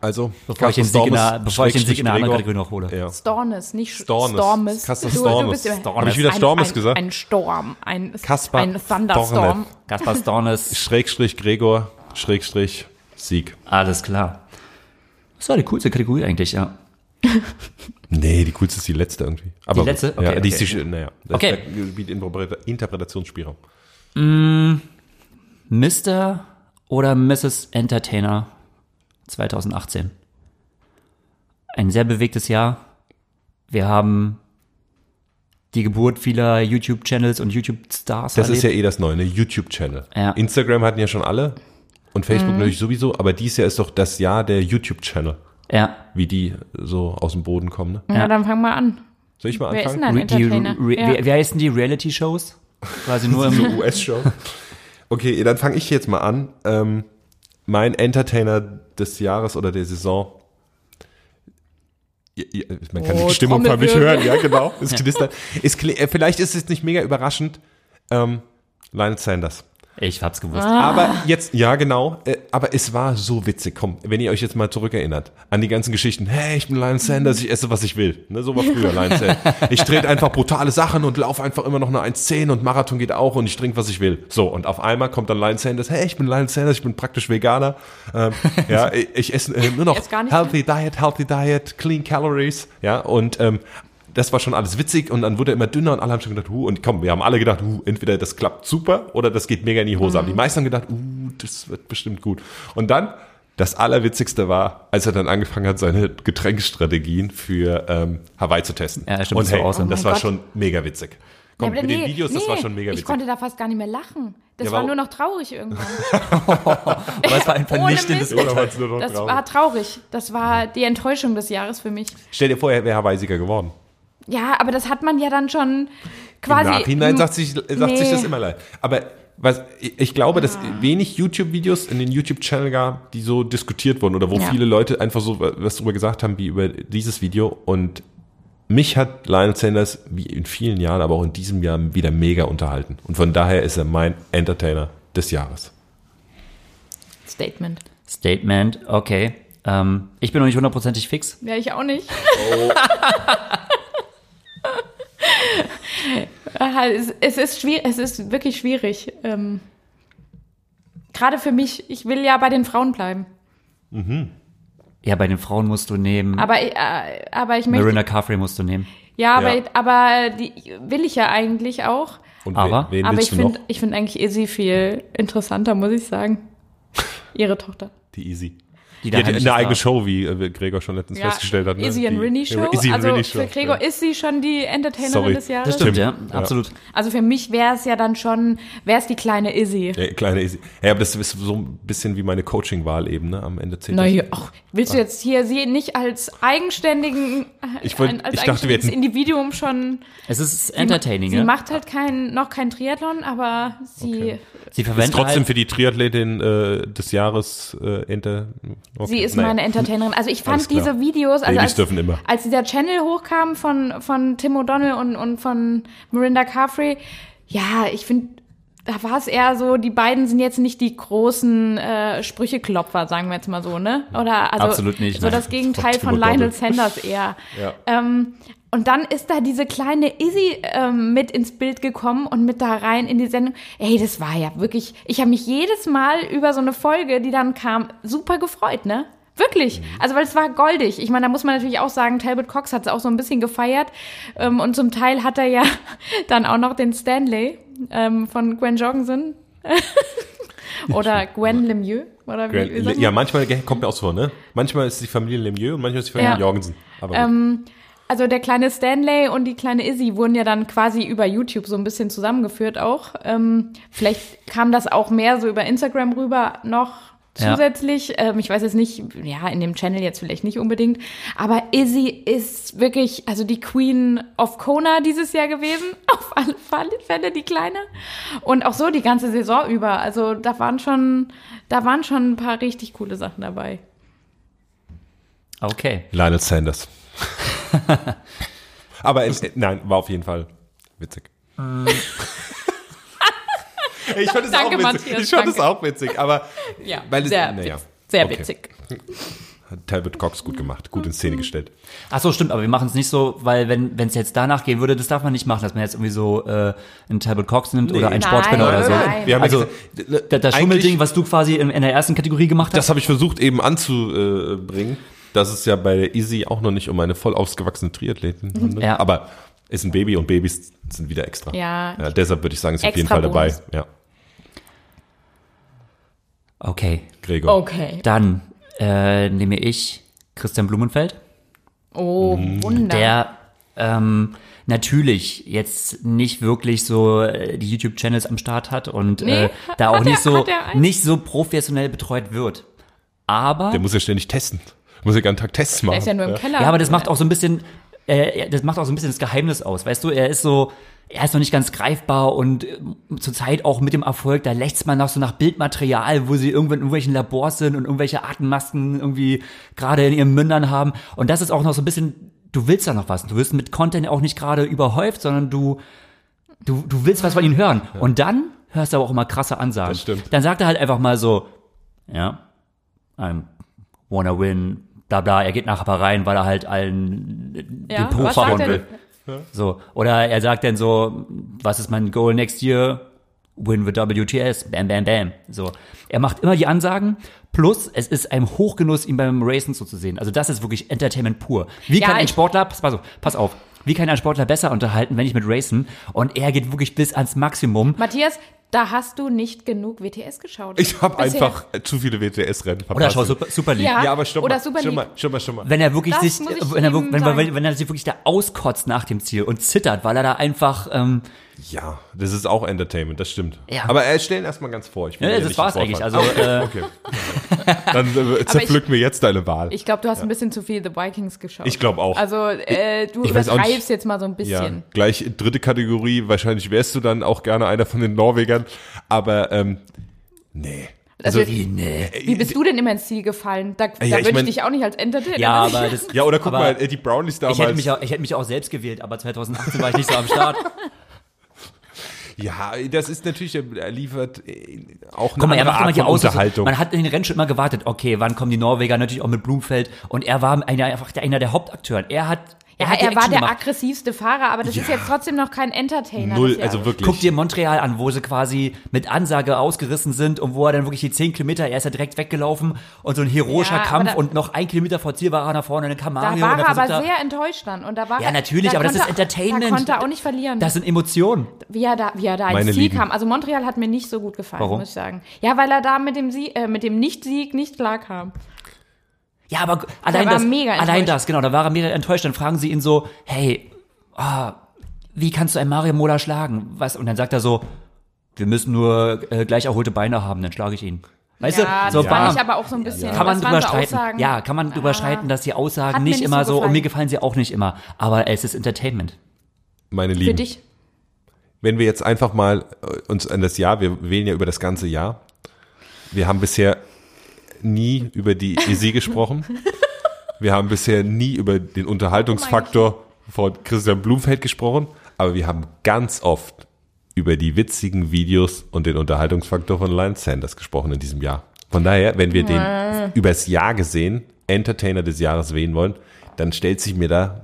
Also,
bevor ich den Sieg in einer, bevor ich den Sieg in einer anderen Kategorie noch hole.
Ja.
Stornes, nicht Sch-
Stormes.
Stormes.
Kaspar
Du- du
Stormes.
bist immer-
Stormes. Hab ich wieder Stormes
ein,
gesagt?
Ein, ein Sturm, ein,
Kaspar
ein Thunderstorm.
Stormes.
Gaspar Stornes,
Schrägstrich Gregor, Schrägstrich Sieg.
alles klar. Das war die coolste Kategorie eigentlich, ja.
Nee, die coolste ist die letzte irgendwie. Aber
Die letzte?
Okay, ja,
Okay,
die
okay.
ist die, naja. Das
Okay.
ist- Das bietet Interpre- Interpretationsspielraum.
Mr. oder Mrs. Entertainer 2018. Ein sehr bewegtes Jahr. Wir haben die Geburt vieler YouTube-Channels und YouTube-Stars.
Das ist ja
erlebt.
eh das Neue, ne? YouTube-Channel.
Ja. Mhm.
Instagram hatten ja schon alle und Facebook natürlich sowieso, aber dieses Jahr ist doch das Jahr der YouTube-Channel,
ja.
wie die so aus dem Boden kommen. Ne?
Ja. dann fang mal an.
Soll ich mal
Wer ist denn
anfangen?
ein
Re die,
Entertainer?
Re
Ja.
Wie, wie heißen die Reality-Shows? Quasi nur
So
im.
US-Show. Okay, dann fange ich jetzt mal an. Ähm, mein Entertainer des Jahres oder der Saison. Ja, ja, Man kann
Oh,
die Stimmung förmlich hören,
Trommelwirbel.
ja, genau. Es knistert. Es kli- äh, vielleicht ist es nicht mega überraschend. Ähm, Lionel Sanders.
Ich hab's gewusst.
Ah.
Aber jetzt, ja, genau. Äh, aber es war so witzig. Komm, wenn ihr euch jetzt mal zurückerinnert an die ganzen Geschichten. Hey, ich bin Lion Sanders, ich esse, was ich will. Ne, so war früher Lion Sanders. Ich trete einfach brutale Sachen und laufe einfach immer noch eine 1,10 und Marathon geht auch und ich trinke, was ich will. So, und auf einmal kommt dann Lion Sanders. Hey, ich bin Lion Sanders, ich bin praktisch Veganer. Ähm, ja, ich, ich esse äh, nur noch
Jetzt Also, gar nicht
Healthy Diet, Healthy Diet, Clean Calories. Ja, und ähm, das war schon alles witzig und dann wurde er immer dünner und alle haben schon gedacht, huh, und komm, wir haben alle gedacht, huh, entweder das klappt super oder das geht mega in die Hose.
Mhm.
Aber die meisten haben gedacht, uh, das wird bestimmt gut. Und dann, das Allerwitzigste war, als er dann angefangen hat, seine Getränkestrategien für ähm, Hawaii zu testen.
Ja, stimmt,
und
das war
hey,
awesome.
das
Oh mein
war
Gott.
schon mega witzig. Komm,
Ja, aber
mit den Videos, das war schon mega
Ich
witzig.
konnte da fast gar nicht mehr lachen. Das
Ja,
war
warum-
nur noch traurig irgendwann.
Aber es war ein vernichtendes
Mist.
Oder war es nur noch
Das
traurig?
war traurig. Das war die Enttäuschung des Jahres für mich.
Stell dir vor, er wäre Herr Weisiger geworden.
Ja, aber das hat man ja dann
Im
schon quasi.
Nachhinein sagt, sich, äh, sagt sich
Nee. Ah.
das immer leid. Aber was, ich ich glaube, dass wenig YouTube-Videos in den YouTube-Channel gab, die so diskutiert wurden oder wo
Ja.
viele Leute einfach so was drüber gesagt haben, wie über dieses Video. Und mich hat Lionel Sanders, wie in vielen Jahren, aber auch in diesem Jahr, wieder mega unterhalten. Und von daher ist er mein Entertainer des Jahres.
Statement.
Statement, okay. Ähm, ich bin noch nicht hundertprozentig fix.
Ja, ich auch nicht. Aha, es, es ist schwierig, es ist wirklich schwierig. Ähm, Gerade für mich, ich will ja bei den Frauen bleiben.
Ja, bei den Frauen musst du nehmen.
Aber, äh, aber ich möchte.
Marina Caffrey musst du nehmen.
Ja, aber,
Ja.
aber die will ich ja eigentlich auch.
Und
Aber-
wen, wen
aber ich
willst du noch?
finde ich find eigentlich Izzy viel interessanter, muss ich sagen. Ihre Tochter.
Die Easy.
Die
Die hat
daheim ist
eine eigene
da.
Show, wie äh, Gregor schon letztens festgestellt hat. ne?
Izzy and
Die-
Rinny Show.
Izzy and
also
Rinny Show.
für Gregor
ja.
ist sie schon die Entertainerin
Sorry.
des Jahres.
Das stimmt, ja,
Stimmt, ja.
absolut.
Also für mich wäre es ja dann schon, wäre es die kleine Izzy.
Ja, kleine Easy. Ja, aber das ist so ein bisschen wie meine Coaching-Wahl eben, ne? Am Ende zählt
Na
das.
ja, ach, willst du jetzt hier sie nicht als eigenständigen,
Ah.
äh,
Ich wollt-
ein- als
ich dachte, wir
eigenständiges
hätten-
Individuum schon.
Es ist
sie ma-
entertaining,
Sie
ja.
macht halt kein, noch kein Triathlon, aber sie,
Sie
Ist
verwendet
trotzdem
halt,
für die Triathletin äh, des Jahres äh, Enter. Okay,
sie ist
naja.
meine Entertainerin. Also ich
Alles
fand
klar.
diese Videos, also
Babys
als,
dürfen immer.
als dieser Channel hochkam von, von Tim O'Donnell und, und von Miranda Carfrey, ja, ich finde, da war es eher so, die beiden sind jetzt nicht die großen äh, Sprücheklopfer, sagen wir jetzt mal so, ne? Oder also
Absolut nicht,
so
nein.
das Gegenteil
Tim
von Lionel
O'Donnell.
Sanders eher.
Ja.
Ähm, und dann ist da diese kleine Izzy ähm, mit ins Bild gekommen und mit da rein in die Sendung. Ey, das war ja wirklich, ich habe mich jedes Mal über so eine Folge, die dann kam, super gefreut, ne? Wirklich. Also, weil es war goldig. Ich meine, da muss man natürlich auch sagen, Talbot Cox hat es auch so ein bisschen gefeiert. Ähm, und zum Teil hat er ja dann auch noch den Stanley ähm, von Gwen Jorgensen. oder Gwen Lemieux. Oder wie, wie sagt
Grand-
man?
Ja, manchmal ge- kommt mir auch so vor, ne? Manchmal ist die Familie Lemieux und manchmal ist die Familie
Ja.
Jorgensen. Aber gut.
Also der kleine Stanley und die kleine Izzy wurden ja dann quasi über YouTube so ein bisschen zusammengeführt auch. Ähm, vielleicht kam das auch mehr so über Instagram rüber noch
Ja.
zusätzlich. Ähm, ich weiß jetzt nicht, ja, in dem Channel jetzt vielleicht nicht unbedingt. Aber Izzy ist wirklich, also die Queen of Kona dieses Jahr gewesen. Auf alle Fall- Fälle die Kleine. Und auch so die ganze Saison über. Also da waren schon, da waren schon ein paar richtig coole Sachen dabei.
okay.
Lionel Sanders. aber äh, äh, nein, war auf jeden Fall witzig. ich fand es auch
Mm. Danke,
witzig.
Matthias,
ich fand es
danke.
auch witzig, aber
Ja,
Weil es-
sehr,
naja.
witz- sehr
Okay.
witzig. Mhm.
hat Talbot Cox gut gemacht, gut in Szene gestellt.
Ach so, stimmt, aber wir machen es nicht so, weil wenn es jetzt danach gehen würde, das darf man nicht machen, dass man jetzt irgendwie so äh, einen Talbot Cox nimmt oder einen
Nein,
Sportspender oder so.
nein, nein.
Wir haben
Also,
also, gesagt,
Da- Das
eigentlich-
Schummelding, was du quasi in, in der ersten Kategorie gemacht hast,
Das habe ich versucht eben anzubringen, dass es ja bei der Easy auch noch nicht um eine voll ausgewachsene Triathletin handelt.
Ja.
Aber ist ein Baby und Babys sind wieder extra.
Ja.
deshalb würde ich sagen, ist auf
Extra
jeden Fall dabei.
Bonus.
Ja,
okay,
Gregor.
Okay.
dann äh, nehme ich Christian Blumenfeld.
Oh,
Mhm.
Wunder.
der ähm, natürlich jetzt nicht wirklich so äh, die YouTube-Channels am Start hat und
Nee,
äh, da
hat
auch
er-
nicht so
hat er einen?
nicht so professionell betreut wird. Aber
Der muss ja ständig testen. Muss ja den Tag Tests machen.
Der ist ja nur im Keller.
ja, aber das macht auch so ein bisschen äh, das macht auch so ein bisschen das Geheimnis aus, weißt du? Er ist so er ist noch nicht ganz greifbar und äh, zurzeit auch mit dem Erfolg, da lächzt man noch so nach Bildmaterial, wo sie irgendwann in irgendwelchen Labors sind und irgendwelche Atemmasken irgendwie gerade in ihren Mündern haben. Und das ist auch noch so ein bisschen, du willst da noch was. Du wirst mit Content auch nicht gerade überhäuft, sondern du du, du willst was von ihnen hören. Und dann hörst du aber auch immer krasse Ansagen.
Das stimmt.
Dann sagt er halt einfach mal so, ja, I'm wanna win, bla bla, er geht nachher mal rein, weil er halt allen
Ja,
den Po
was sagt
verhauen
er
will. So. Oder er sagt dann so, was ist mein Goal next year? Win the WTS, bam, bam, bam. So. Er macht immer die Ansagen, plus es ist ein Hochgenuss, ihn beim Racen so zu sehen. Also das ist wirklich Entertainment pur. Wie
Ja,
kann ein
ich-
Sportler, pass, pass auf, pass auf, wie kann ein Sportler besser unterhalten, wenn ich mit Racen? Und er geht wirklich bis ans Maximum.
Matthias, da hast du nicht genug WTS geschaut.
Ich habe
Bisher.
einfach zu viele WTS-Rennen verpasst.
Oder schau, Oh, Super, Super League.
Ja.
Ja, aber schon
Oder
mal,
Super
schon
League.
mal, schon mal, schon mal.
Wenn er wirklich
Das
sich,
muss ich
wenn er,
ihm
wirklich- wenn, wenn,
sagen.
wenn er sich wirklich da auskotzt nach dem Ziel und zittert, weil er da einfach, ähm,
Ja, das ist auch Entertainment, das stimmt.
Ja.
Aber äh, stell ihn erstmal ganz vor. Ich will
Ja,
dir
das
nicht
war's
den
eigentlich,
Vorfall-
also,
Ah, okay. okay. Dann äh, zerpflück mir jetzt deine Wahl.
Ich glaube, du hast ein bisschen zu viel The Vikings geschaut.
Ich glaub auch.
Also äh, du
ich weiß auch
übertreibst
nicht-
jetzt mal so ein
ja,
bisschen.
gleich dritte Kategorie. Wahrscheinlich wärst du dann auch gerne einer von den Norwegern. Aber ähm, nee.
Also,
wie, nee.
äh,
Wie bist du denn immer ins Ziel gefallen? Da, da
Ja, ich
würde
mein-
ich dich auch nicht als Entertainer.
Ja, aber das,
Ja, oder guck
aber
mal, äh, die Brownies damals.
Ich hätte, mich auch, ich hätte mich auch selbst gewählt, aber 2018 war ich nicht so am Start.
ja, das ist natürlich, er liefert äh, auch eine
Guck mal, er macht
andere
immer
Art
die
von
Unterhaltung.
Unterhaltung.
Man hat in den Rennen schon immer gewartet, okay, wann kommen die Norweger, natürlich auch mit Blumfeld. Und er war einer, einfach der- einer der Hauptakteuren. Er hat,
Ja,
hat die
er war
Action
der
gemacht.
aggressivste Fahrer, aber das ist jetzt trotzdem noch kein Entertainer. das
Null,
ja-
also wirklich.
Guck dir Montreal an, wo sie quasi mit Ansage ausgerissen sind und wo er dann wirklich die 10 Kilometer, er ist ja direkt weggelaufen und so ein heroischer
Ja, aber
Kampf
da-
und noch ein Kilometer vor Ziel war er nach vorne in den Kamario.
Da
und
war
dann
er aber
versucht er-
sehr enttäuscht dann. Und da war
Ja,
er-
natürlich,
da
aber das
konnte
ist
er-
Entertainment.
Da konnte er auch nicht verlieren.
Das sind Emotionen.
wie er da, wie er da
Meine
ins Ziel
Lieben.
kam. Also Montreal hat mir nicht so gut gefallen,
Warum?
muss ich sagen. Ja, weil er da mit dem, Sie äh, mit dem Nicht-Sieg nicht klar kam.
Ja, aber allein
war
das,
mega enttäuscht.
allein das, genau, da war er mega enttäuscht. Dann fragen sie ihn so, hey, ah, wie kannst du einen Mario Mola schlagen? Was? Und dann sagt er so, wir müssen nur äh, gleich erholte Beine haben, dann schlage ich ihn. Weißt
Ja,
du, so
das fand
bam.
ich aber auch so ein bisschen.
kann man
das waren
drüber
so
streiten.
Aussagen. Ah,
Ja, kann man drüber streiten, dass die
Hat
Aussagen
mir
nicht
nicht
immer
so
so, und mir gefallen
gefallen.
sie auch nicht immer, aber es ist Entertainment.
Meine
Für
Lieben.
dich.
wenn wir jetzt einfach mal äh, uns an das Jahr, wir wählen ja über das ganze Jahr. Wir haben bisher nie über die ESI gesprochen. Wir haben bisher nie über den
Oh
Unterhaltungsfaktor von Christian Blumfeld gesprochen. Aber wir haben ganz oft über die witzigen Videos und den Unterhaltungsfaktor von Lion Sanders gesprochen in diesem Jahr. Von daher, wenn wir den übers Jahr gesehen, Entertainer des Jahres wählen wollen, dann stellt sich mir da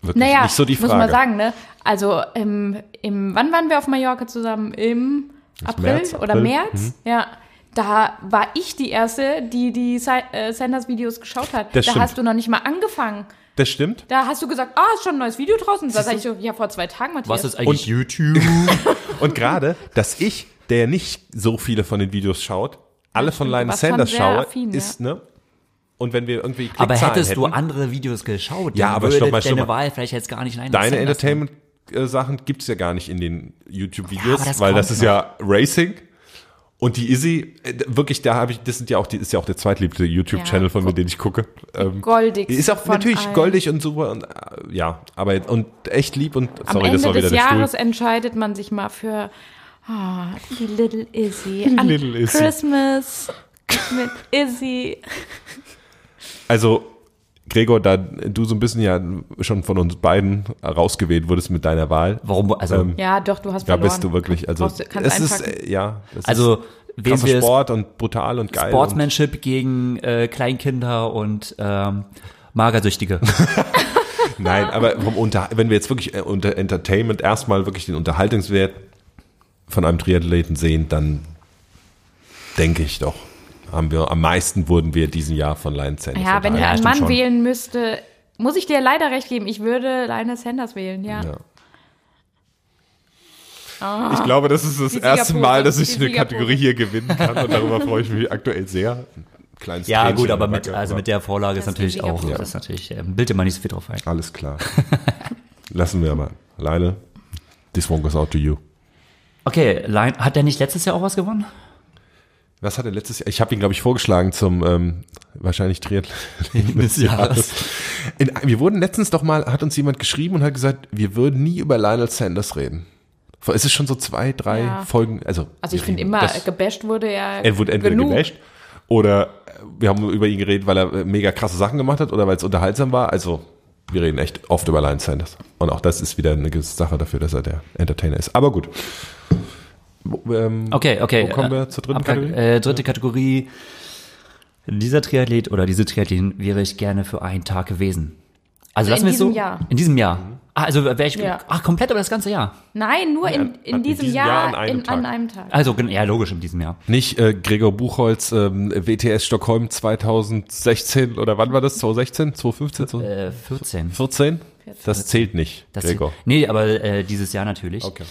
wirklich
Naja,
nicht so die Frage.
muss man sagen, ne? Also im, im, wann waren wir auf Mallorca zusammen? Im April
März,
oder
April.
März? Ja. Da war ich die erste, die die Sa äh, Sanders Videos geschaut hat.
Das
da
stimmt.
hast du noch nicht mal angefangen.
Das stimmt.
Da hast du gesagt, ah, ist schon ein neues Video draußen. Da sag ich so, ja, vor zwei Tagen, Matthias.
Was ist eigentlich YouTube?
Und gerade, dass ich, der nicht so viele von den Videos schaut, alle von
stimmt, du
Lionel
warst schon
Sanders
sehr
schaue,
affin,
ist, ne? Und wenn wir irgendwie
aber
Klickzahlen
hättest du
hätten,
andere Videos geschaut,
Ja,
dann
aber
würde
stopp mal, stopp
deine
mal.
Wahl vielleicht jetzt gar nicht nein.
deine Entertainment-Sachen gibt's ja gar nicht in den YouTube-Videos,
aber das
weil
kommt
das ist ja Racing. Und die Izzy, äh, wirklich, da habe ich, das sind ja auch, die ist ja auch der zweitliebste YouTube-Channel
Ja,
von mir, den ich gucke. Ähm,
goldig?
ist auch
von
natürlich
allen.
goldig und super und äh, ja, aber jetzt- und echt lieb und
Am
sorry,
Ende
das war wieder
des
der
Jahres
Stuhl.
entscheidet man sich mal für ah, die Little Izzy. An
Little Izzy.
Christmas mit Izzy.
Also, Gregor, da du so ein bisschen ja schon von uns beiden rausgewählt wurdest mit deiner Wahl,
Warum? Also,
Ähm,
Ja, doch, du hast
da
verloren.
bist du wirklich, also
Brauchst du- kannst
es ist,
einpacken.
äh, ja, das
also
ist
wen
krasser
wir es
Sport und brutal und geil.
Sportsmanship gegen äh, Kleinkinder und ähm, Magersüchtige.
Und, nein, aber vom Unter wenn wir jetzt wirklich äh, unter Entertainment erstmal wirklich den Unterhaltungswert von einem Triathleten sehen, dann denke ich doch, haben wir, am meisten wurden wir diesen Jahr von Lion Sanders.
Ja, wenn ich
Ja,
einen
stimmt
Mann
schon.
wählen müsste, muss ich dir leider recht geben. Ich würde Lionel Sanders wählen, ja. Ah,
Ja. Ich glaube, das ist das
Die
erste
Siegerpose,
Mal, dass ich
die
eine
Siegerpose.
Kategorie hier gewinnen kann und darüber freue ich mich aktuell sehr. Ein kleines
ja,
Tränchen
gut,
in
aber
der
mit,
Backe,
also
aber-
mit der Vorlage ist
Das ist
natürlich
ein
auch,
Siegerpunkt.
das ist natürlich, ähm, bild dir mal nicht so viel drauf ein.
Alles klar. Lassen wir mal. Leine, this one goes out to you.
Okay, Lion, hat der nicht letztes Jahr auch was gewonnen?
Was hat er letztes Jahr? Ich habe ihn, glaube ich, vorgeschlagen zum ähm, wahrscheinlich Triathlon
Des Jahres.
In, wir wurden letztens doch mal, hat uns jemand geschrieben und hat gesagt, wir würden nie über Lionel Sanders reden. Vor- Es ist schon so zwei, drei
Ja.
Folgen. Also,
Also ich
wir
finde
reden-
immer,
das-
gebasht wurde ja
Er wurde entweder
genug.
gebasht oder äh, wir haben über ihn geredet, weil er äh, mega krasse Sachen gemacht hat oder weil es unterhaltsam war. Also wir reden echt oft über Lion Sanders. Und auch das ist wieder eine gewisse Sache dafür, dass er der Entertainer ist. Aber gut. Wo- Ähm,
Okay, okay.
Wo kommen
äh,
wir zur dritten
Abgang-
Kategorie?
Äh, dritte Kategorie. Dieser Triathlet oder diese Triathletin wäre ich gerne für einen Tag gewesen. Also,
Also
lassen
in
wir es so.
diesem Jahr.
In diesem Jahr. Ah, also wäre ich,
Ja.
ach, komplett über das ganze Jahr.
Nein, nur in, in,
in
diesem,
diesem
Jahr,
Jahr an einem
in, an
Tag.
einem Tag.
Also, gen- ja, logisch in diesem Jahr.
Nicht äh, Gregor Buchholz, ähm, WTS Stockholm 2016 oder wann war das? 2016, 2015,
Äh, 14.
2014? Das zählt nicht,
Das
Gregor.
Nee, aber äh, dieses Jahr natürlich.
Okay.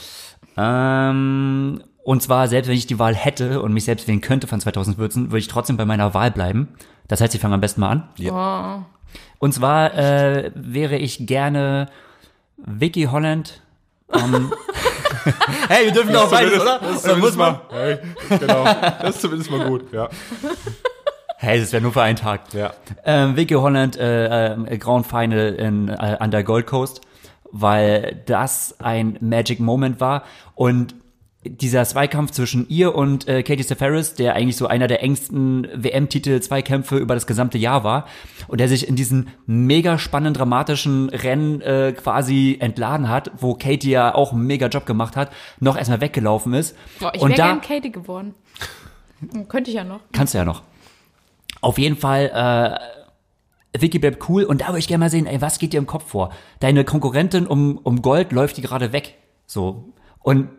Ähm, Und zwar, selbst wenn ich die Wahl hätte und mich selbst wählen könnte von 2014, würde ich trotzdem bei meiner Wahl bleiben. Das heißt, ich fange am besten mal an.
Oh.
Und zwar äh, wäre ich gerne Vicky Holland. Ähm, hey, wir dürfen doch beides, oder?
Das ist
Oder muss
zumindest
man?
mal, hey, genau, das ist zumindest mal gut, ja.
Hey, das wäre nur für einen Tag.
ja.
Ähm, Vicky Holland, äh, ähm, Grand Final in, äh, an der Gold Coast, weil das ein Magic Moment war und dieser Zweikampf zwischen ihr und äh, Katie Safaris, der eigentlich so einer der engsten WM-Titel-Zweikämpfe über das gesamte Jahr war und der sich in diesen mega spannenden, dramatischen Rennen äh, quasi entladen hat, wo Katie ja auch einen mega Job gemacht hat, noch erstmal weggelaufen ist.
Boah, ich wäre
und da
gern Katie geworden. Hm, Könnte ich ja noch.
kannst du ja noch. Auf jeden Fall, äh, Vicky bleibt cool und da würde ich gerne mal sehen, ey, was geht dir im Kopf vor? Deine Konkurrentin um, um Gold läuft die gerade weg. So. Und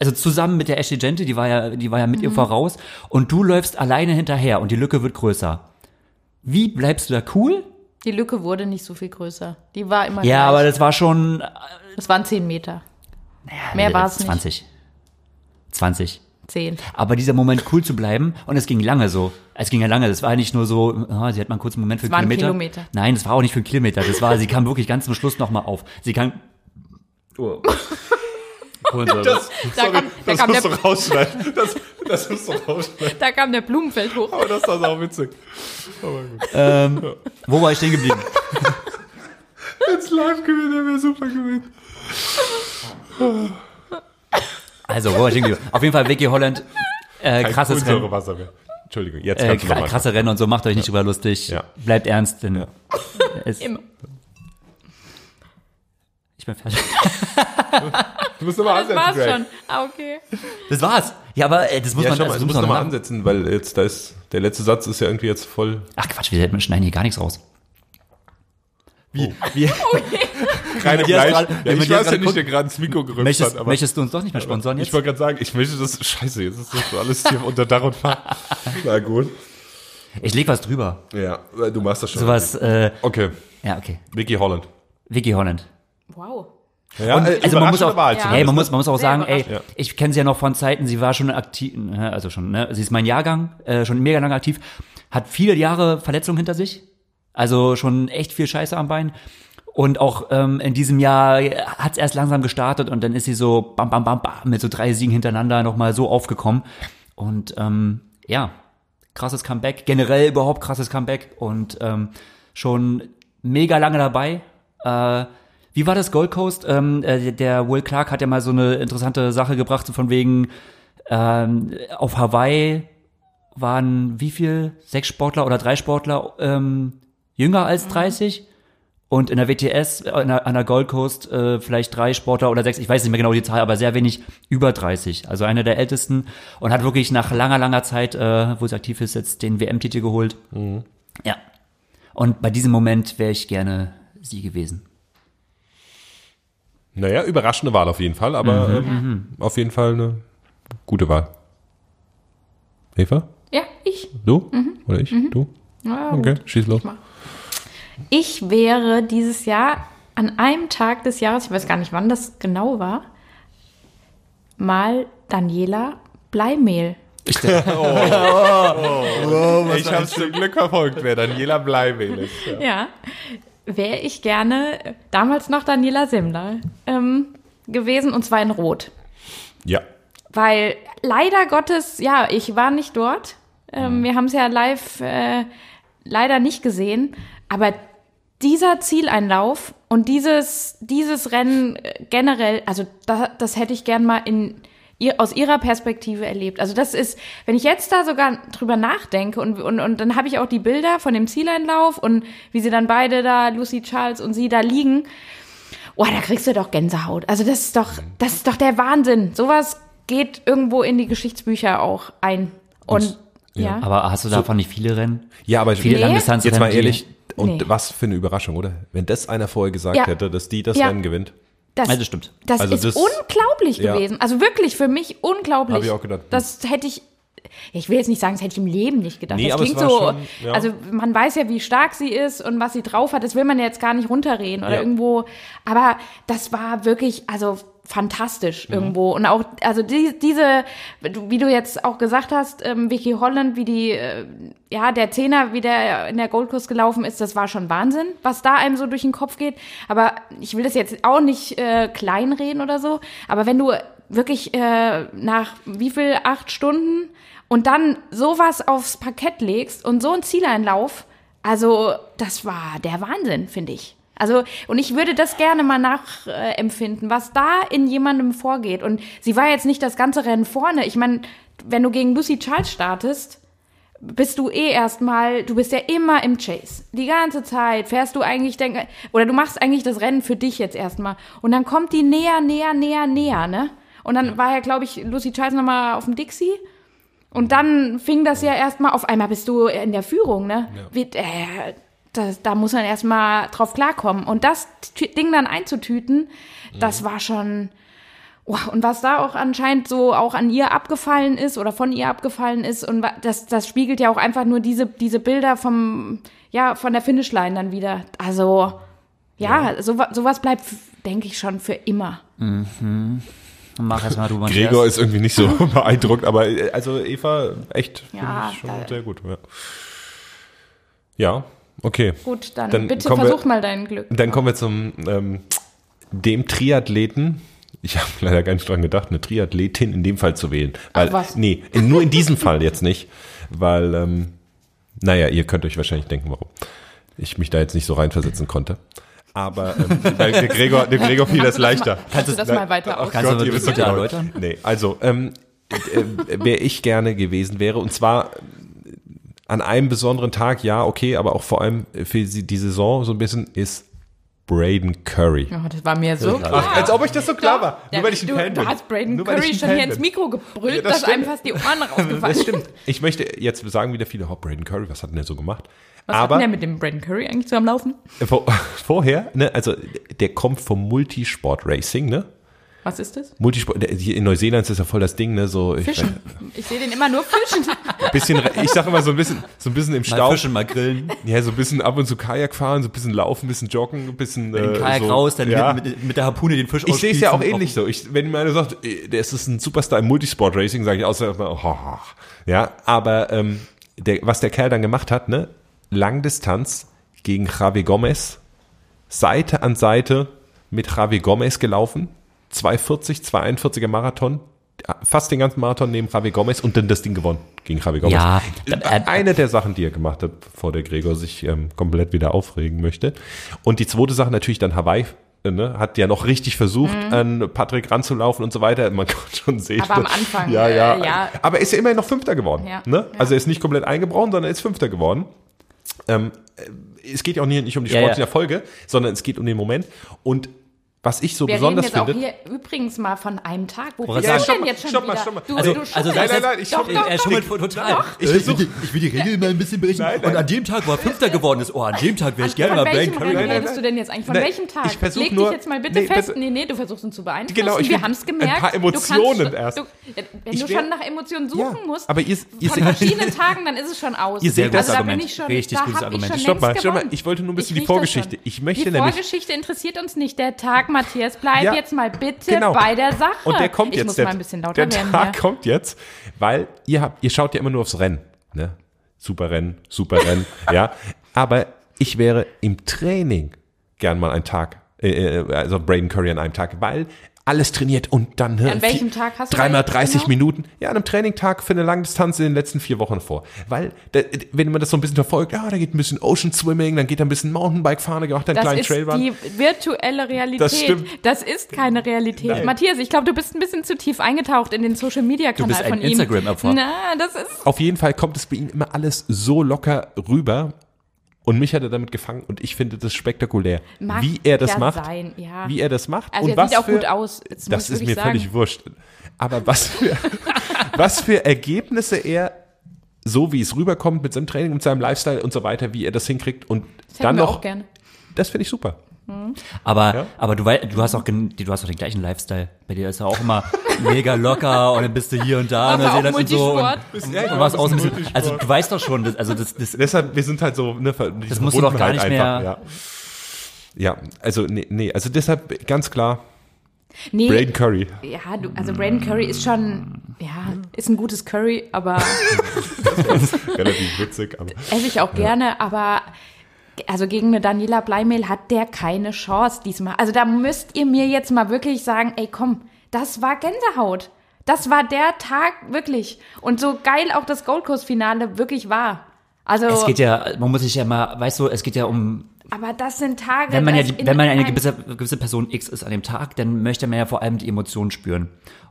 also zusammen mit der Ashley Gente, die war ja, die war ja mit ihr voraus und du läufst alleine hinterher und die Lücke wird größer. Wie bleibst du da cool?
Die Lücke wurde nicht so viel größer. Die war immer
Ja,
gleich.
aber das war schon
Das waren 10 Meter. Mehr war es nicht.
20. 20.
10.
Aber dieser Moment cool zu bleiben, und es ging lange so. Es ging ja lange. Das war nicht nur so, ah, sie hat mal einen kurzen Moment für
war ein
einen Kilometer.
Kilometer.
Nein, das war auch nicht für einen Kilometer. Das war, sie kam wirklich ganz zum Schluss nochmal auf. Sie kam. Oh. Kohlensäure.
Das,
Da
sorry,
kam- da
das
kam
musst du
der-
rausschneiden. Das, das musst du rausschneiden.
Da kam der Blumenfeld hoch.
Aber das ist also auch witzig. Aber gut.
ähm, wo war ich stehen geblieben?
Jetzt live gewinnen, der wäre super gewesen.
Also, wo war ich stehen geblieben? Auf jeden Fall Vicky Holland. Äh,
Kein
krasses Rennen.
Kohlensäurewasser mehr. Entschuldigung, jetzt
Äh,
kannst du
kra-
nochmal.
krasse Rennen und so. Macht euch nicht drüber lustig.
Ja.
Bleibt ernst. Denn es,
Immer.
ich bin fertig.
Du musst nochmal ansetzen,
Das war's
Greg.
schon. Ah, okay.
Das war's. Ja, aber äh, das muss
Ja,
man,
schau mal,
also, das
du
muss
musst
man
nochmal
machen.
ansetzen, weil jetzt da ist, der letzte Satz ist ja irgendwie jetzt voll.
Ach Quatsch, wir schneiden hier gar nichts raus.
Oh. Wie? Wie? Keine
Wenn man dir
Fleisch.
das gerade- wenn man
ja,
dir
ich
das
weiß ja
gerade
nicht, der gerade ins Mikro gerückt
Möchtest,
hat, aber
möchtest du uns doch nicht mehr sponsern jetzt?
ich wollte gerade sagen, ich möchte das, scheiße, jetzt ist das so alles hier unter Dach und Fach. Na gut.
Ich leg was drüber.
Ja, du machst das schon.
Sowas, äh,
Okay,
ja, okay.
Vicky Holland.
Vicky Holland.
Wow.
Ja,
Und,
äh,
also man muss
überraschende
auch,
Wahl
Ja.
hey,
zumindest,
man
ne?
muss, man muss auch
Sehr
sagen, ey,
überraschend.
ich kenne sie ja noch von Zeiten, sie war schon aktiv, ne, also schon, ne, sie ist mein Jahrgang, äh, schon mega lange aktiv, hat viele Jahre Verletzungen hinter sich, also schon echt viel Scheiße am Bein. Und auch ähm, in diesem Jahr hat es erst langsam gestartet und dann ist sie so bam, bam, bam, bam, mit so drei Siegen hintereinander nochmal so aufgekommen. Und ähm, ja, krasses Comeback, generell überhaupt krasses Comeback und ähm, schon mega lange dabei. Äh, wie war das Gold Coast? Ähm, äh, der Will Clark hat ja mal so eine interessante Sache gebracht, so von wegen ähm, auf Hawaii waren wie viel? Sechs Sportler oder drei Sportler ähm, jünger als 30? Und in der WTS, äh, in der, an der Gold Coast, äh, vielleicht drei Sportler oder sechs, ich weiß nicht mehr genau die Zahl, aber sehr wenig über 30. Also einer der ältesten und hat wirklich nach langer, langer Zeit, äh, wo sie aktiv ist, jetzt den WM-Titel geholt. Ja. Und bei diesem Moment wäre ich gerne sie gewesen.
Naja, überraschende Wahl auf jeden Fall, aber ähm, auf jeden Fall eine gute Wahl. Eva?
Ja, ich.
Du?
Mhm.
Oder ich? Du?
Ja,
Okay, schieß los.
Ich wäre dieses Jahr an einem Tag des Jahres, ich weiß gar nicht, wann das genau war, mal Daniela Bleimehl.
Ich habe es zum Glück verfolgt, wer Daniela Bleiweh ist.
Ja. Wäre ich gerne äh, damals noch Daniela Semmler ähm, gewesen und zwar in Rot.
Ja.
Weil leider Gottes, ja, ich war nicht dort. Ähm, Wir haben es ja live äh, leider nicht gesehen. Aber dieser Zieleinlauf und dieses, dieses Rennen äh, generell, also da, das hätte ich gern mal in, ihr, aus ihrer Perspektive erlebt. Also das ist, wenn ich jetzt da sogar drüber nachdenke und, und, und dann habe ich auch die Bilder von dem Zieleinlauf und wie sie dann beide da, Lucy Charles und sie da liegen. Oh, da kriegst du doch Gänsehaut. Also das ist doch, das ist doch der Wahnsinn. Sowas geht irgendwo in die Geschichtsbücher auch ein. Und, ja.
Aber hast du davon nicht viele Rennen?
Ja, aber ich,
Viele
Nee.
Langdistanz
jetzt mal ehrlich, und
Nee.
was für eine Überraschung, oder? Wenn das einer vorher gesagt
Ja.
hätte, dass die das
Ja.
Rennen gewinnt.
das,
Also stimmt.
Das
Also
ist
das-
unglaublich
Ja.
gewesen. Also wirklich für mich unglaublich.
Hab ich auch gedacht.
Das hätte ich. Ich will jetzt nicht sagen, das hätte ich im Leben nicht gedacht.
Nee,
das
aber es
klingt
war
so.
schon, ja.
Also man weiß ja, wie stark sie ist und was sie drauf hat. Das will man ja jetzt gar nicht runterreden oder
Ja.
irgendwo. Aber das war wirklich, also fantastisch irgendwo. Und auch, also die, diese, wie du jetzt auch gesagt hast, ähm, Vicky Holland, wie die, äh, ja, der Zehner, wie der in der Gold Coast gelaufen ist, das war schon Wahnsinn, was da einem so durch den Kopf geht. Aber ich will das jetzt auch nicht äh, kleinreden oder so. Aber wenn du wirklich äh, nach wie viel, acht Stunden und dann sowas aufs Parkett legst und so einen Zieleinlauf, also das war der Wahnsinn, finde ich. Also, und ich würde das gerne mal nachempfinden, was da in jemandem vorgeht. Und sie war jetzt nicht das ganze Rennen vorne. Ich meine, wenn du gegen Lucy Charles startest, bist du eh erstmal, du bist ja immer im Chase. Die ganze Zeit fährst du eigentlich, denk, oder du machst eigentlich das Rennen für dich jetzt erstmal. Und dann kommt die näher, näher, näher, näher, ne? Und dann war ja, glaube ich, Lucy Charles nochmal auf dem Dixie. Und dann fing das ja erstmal, auf einmal bist du in der Führung, ne? Wie, äh, das, da muss man erstmal drauf klarkommen. Und das Tü- Ding dann einzutüten,
Mhm.
das war schon. Wow, und was da auch anscheinend so auch an ihr abgefallen ist oder von ihr abgefallen ist und wa- das, das spiegelt ja auch einfach nur diese, diese Bilder vom, ja, von der Finishline dann wieder. Also, ja, sowa- sowas bleibt, denke ich, schon für immer.
Mach erst mal du, Matthias.
Gregor ist irgendwie nicht so beeindruckt, aber äh, also Eva, echt, finde
Ja,
ich schon
da-
sehr gut. Ja, ja okay.
Gut, dann,
Dann
bitte
kommen wir-
versuch mal dein Glück.
Dann kommen wir zum ähm, dem Triathleten. Ich habe leider gar nicht dran gedacht, eine Triathletin in dem Fall zu wählen. Weil,
Ach, was?
Nee, in- nur in diesem Fall jetzt nicht. Weil, ähm, naja, ihr könnt euch wahrscheinlich denken, warum ich mich da jetzt nicht so reinversetzen konnte. Aber ähm, weil der Gregor, dem Gregor fiel das
Kannst du das
leichter.
mal- kannst du das mal weiter
Ach
aus-
Kannst du
Gott, ihr
das
wisst doch
bitte
genau.
erläutern?
Nee, also, ähm, äh, wer ich gerne gewesen wäre, und zwar äh, an einem besonderen Tag, ja, okay, aber auch vor allem für sie- die Saison so ein bisschen, ist Braden Curry.
Oh, das war mir so klar.
Ach, als ob ich das so klar war.
Ja,
Nur weil ich ein
du,
Fan
du
bin.
hast Braden
Nur weil
Curry
ich ein
schon
Fan
hier ins
bin.
Mikro gebrüllt,
Ja, das
dass einem
stimmt.
fast die Ohren rausgefallen
Das stimmt. Ich möchte, jetzt sagen wieder viele, oh, Braden Curry, was hat denn der so gemacht?
Was
aber
hat denn der mit dem Braden Curry eigentlich zusammen laufen?
vor, vorher, ne, also der kommt vom Multisport Racing, ne?
Was ist das?
Multisport, der, hier in Neuseeland ist ja voll das Ding, ne? So, ich, weiß-
Fischen. Ich sehe den immer nur fischen.
bisschen, ich sag immer so ein bisschen, so ein bisschen im
Mal
Stau.
fischen, mal grillen.
Ja, so ein bisschen ab und zu Kajak fahren, so ein bisschen laufen, ein bisschen joggen, ein bisschen.
Wenn
äh,
den Kajak
so,
raus, dann
ja.
mit, mit, mit der Harpune den Fisch
Ich sehe es ja auch
ausspießen.
ähnlich so. Ich, wenn mir einer sagt, äh, der ist ein Superstar im Multisport Racing, sage ich außer oh, oh, oh. ja. Aber ähm, der, was der Kerl dann gemacht hat, ne, Langdistanz gegen Javi Gomez, Seite an Seite mit Javi Gomez gelaufen, 240, 241er Marathon, fast den ganzen Marathon neben Javi Gomez und dann das Ding gewonnen gegen Javi Gomez.
Ja, dann, äh,
Eine der Sachen, die er gemacht hat, bevor der Gregor sich ähm, komplett wieder aufregen möchte. Und die zweite Sache natürlich dann Hawaii. äh, Ne, hat ja noch richtig versucht, an Patrick ranzulaufen und so weiter. Man kann schon sehen.
Mhm. Aber am
dass-
Anfang,
Ja,
äh,
ja.
ja.
Aber ist ja immerhin noch Fünfter geworden.
Ja,
Ne?
ja.
Also er ist nicht komplett eingebrochen, sondern er ist Fünfter geworden. Ähm, äh, es geht ja auch nicht, nicht um die
Ja,
sportlichen
ja.
Erfolge, sondern es geht um den Moment. Und was ich so
Wir reden
besonders
jetzt auch
finde.
hier übrigens mal von einem Tag. Wo
Wollte
bist du
sagen,
denn jetzt schon
stopp mal,
wieder?
stopp mal, stopp
Du,
mal.
also,
du
also
schummelst.
nein, nein, ich
doch,
schummel-
doch,
er
doch.
schummelt total.
ich versuch-
will die, Äh, ich will die Regeln mal ein bisschen brechen.
Nein, nein.
Und an dem Tag, wo er Fünfter geworden ist, oh, an dem Tag wäre ich gerne
Von
mal
welchem
Brain
Rennen
Curry.
nein,
redest
nein.
du denn jetzt eigentlich? Von
Nein,
welchem Tag?
ich versuch
Leg
nur-
dich jetzt mal bitte
nee,
fest.
bitte-
Nee, nee, du versuchst uns zu beeinflussen.
Genau, ich
Wir
will
haben es
ein
gemerkt.
paar
Du
Emotionen
kannst,
erst.
Du, wenn
Ich
du
wär-
schon nach Emotionen suchen
Ja,
musst,
aber ihr- ihr
von
seht-
verschiedenen Tagen, dann ist es schon aus.
Ihr seht
also,
das
da
Argument.
Bin ich schon,
Richtig
da
gutes
hab
Argument.
Ich schon
Stopp mal,
längst
stopp mal,
gewonnen.
ich wollte nur ein bisschen die
Ich riech das
Vorgeschichte.
schon.
Ich möchte
die
nämlich-
Vorgeschichte interessiert uns nicht. Der Tag, Matthias, bleib
Ja.
jetzt mal bitte
Genau.
bei der Sache.
Und der kommt
Ah, ich
jetzt.
muss
der,
mal ein bisschen lauter
der
werden.
Tag
hier.
kommt jetzt, weil ihr habt, ihr schaut ja immer nur aufs Rennen. Ne? Super Rennen, super Rennen, ja. Aber ich wäre im Training gern mal einen Tag, äh, äh, also Braden Curry an einem Tag, weil alles trainiert und dann ne,
An welchem Tag hast du da
dreimal
jetzt
30
genau?
Minuten, ja, an einem Trainingtag für eine lange Distanz in den letzten vier Wochen vor. Weil, da, wenn man das so ein bisschen verfolgt, ja, da geht ein bisschen Ocean Swimming, dann geht da ein bisschen Mountainbike fahren, dann macht er einen
Das
kleinen
ist
Trailrun.
die virtuelle Realität.
Das stimmt.
Das ist keine Realität.
Nein.
Matthias, ich glaube, du bist ein bisschen zu tief eingetaucht in den Social Media
Du
Kanal
bist ein
von ihm.
Instagram-Opfer.
Na, das ist
Auf jeden Fall kommt es bei ihm immer alles so locker rüber. Und mich hat er damit gefangen und ich finde das spektakulär,
mag
wie er das
ja
macht.
Sein, ja.
Wie er das macht.
also
und
er
was
sieht auch
für,
gut aus. Jetzt
Das
muss
ist
ich
mir
sagen.
völlig wurscht. Aber was für, was für Ergebnisse er, so wie es rüberkommt, mit seinem Training, mit seinem Lifestyle und so weiter, wie er das hinkriegt. Und
Das hätten
dann
wir
noch,
auch gerne.
das finde ich super.
Aber,
Ja.
aber du, wei- du hast auch gen- du hast auch den gleichen Lifestyle. Bei dir ist ja auch immer mega locker und dann bist du hier und da und
Aber
dann
auch
das und so. Und,
Multisport.
und,
Ja, ja,
und was
das ist
außen ein bisschen,
Multisport.
also du weißt doch schon, das, also das, das,
Deshalb, wir sind halt so, ne, ver- die
muss doch gar
Verbundenheit
nicht mehr-
Ja. ja, also nee, nee, also deshalb ganz klar,
Nee,
Braden Curry.
ja, du, also Braden Curry ist schon, ja, ist ein gutes Curry, aber
Relativ witzig, aber
esse ich auch gerne, aber also gegen eine Daniela Bleimehl hat der keine Chance diesmal. Also da müsst ihr mir jetzt mal wirklich sagen, ey komm, das war Gänsehaut. Das war der Tag wirklich. Und so geil auch das Gold Coast Finale wirklich war. Also,
Es geht ja, man muss sich ja mal, weißt du, es geht ja um
aber das sind Tage.
wenn man ja,
das
die,
in
wenn man eine
einem-
gewisse, gewisse Person X ist an dem Tag, dann möchte man ja vor allem die Emotionen spüren.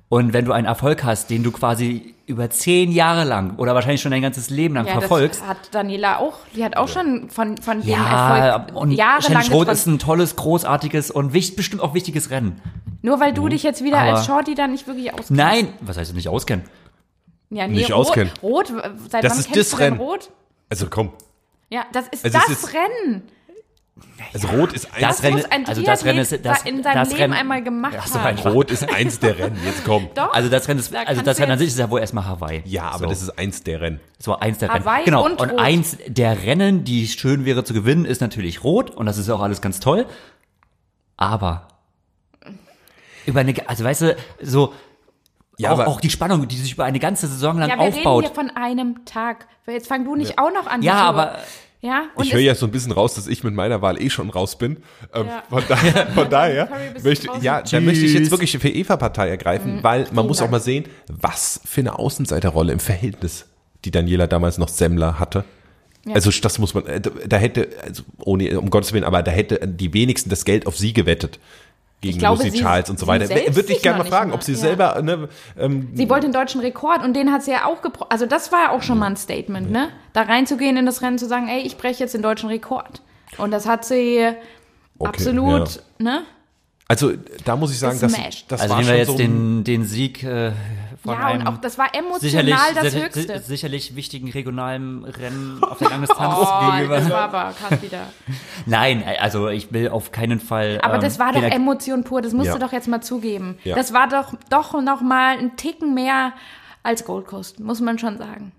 Und wenn du einen Erfolg hast, den du quasi über zehn Jahre lang oder wahrscheinlich schon dein ganzes Leben lang
ja,
verfolgst,
das hat Daniela auch, die hat auch schon von, von dem
ja,
Erfolg
und
jahrelang
Shannon Roth
geträumt.
ist ein tolles, großartiges und wichtig, bestimmt auch wichtiges Rennen.
Nur weil du dich jetzt wieder
Mhm. Aber-
als Shorty da nicht wirklich auskennst.
Nein, was heißt du nicht auskennen?
ja, nee,
Nicht
Rot,
auskennt.
Rot, w- seit
Das
wann
ist
kennst
das
du denn
Rennen.
Rot?
Also komm.
Ja, das ist
Also es
das
ist-
Rennen.
Also Rot ist eins,
Das
Das
Rennen-
muss ein
also das Rennen
Triathlet
ist- das-
in seinem
das
Leben
Rennen-
einmal gemacht
Ja, so
haben.
ein-
Rot ist eins der Rennen. Jetzt komm.
Doch,
Also das Rennen ist,
Da
also
kannst
das
du
Rennen an
jetzt-
sich ist ja wohl erstmal Hawaii.
Ja, aber
so.
das ist eins der Rennen.
So eins der
Hawaii
Rennen. Genau.
und
Und,
Rot.
eins der Rennen, die schön wäre zu gewinnen, ist natürlich rot. Und das ist auch alles ganz toll. Aber über eine, also weißt du, so
Ja,
auch,
aber-
auch die Spannung, die sich über eine ganze Saison lang
ja, wir reden
aufbaut.
hier von einem Tag. Jetzt fang du nicht auch noch an.
Ja,
Matteo.
aber-
Ja, und
ich höre
es-
ja so ein bisschen raus, dass ich mit meiner Wahl eh schon raus bin. Ähm,
Ja.
Von, da, von daher
Curry bist du
möchte,
draußen. Mhm.
ja, da möchte ich
Tschüss.
jetzt wirklich für Eva-Partei ergreifen, weil man muss
Dank.
auch mal sehen, was für eine Außenseiterrolle im Verhältnis die Daniela damals noch Semmler hatte. Also das muss man, äh, da- da hätte, also ohne, um Gottes Willen, aber da hätte die wenigsten das Geld auf sie gewettet. Gegen
glaube,
Lucy
sie-
Charles und so
sie
weiter.
selbst
Würde ich
sich
gerne
noch
mal fragen,
nicht
ob sie
mal. Ja.
selber, ne, ähm,
sie wollte den deutschen Rekord und den hat sie ja auch gebrochen. Also das war ja auch schon mal ein Statement, ne? Da reinzugehen in das Rennen zu sagen, ey, ich breche jetzt den deutschen Rekord. Und das hat sie
Okay,
absolut,
ja.
ne?
also da muss ich sagen, das,
Gesmashed.
das
Also
war
nehmen wir
schon
jetzt
so ein-
den, den Sieg äh, von
Ja,
einem
und auch das war emotional
sicherlich,
das
sicher-
Höchste.
sicherlich wichtigen regionalen Rennen auf der Langdistanz
Oh, das
gegenüber.
war aber krass wieder.
Nein, also ich will auf keinen Fall.
Aber
ähm,
das war doch
wieder-
Emotion pur, das musst
Ja.
du doch jetzt mal zugeben.
Ja.
Das war doch, doch noch mal ein Ticken mehr als Gold Coast, muss man schon sagen.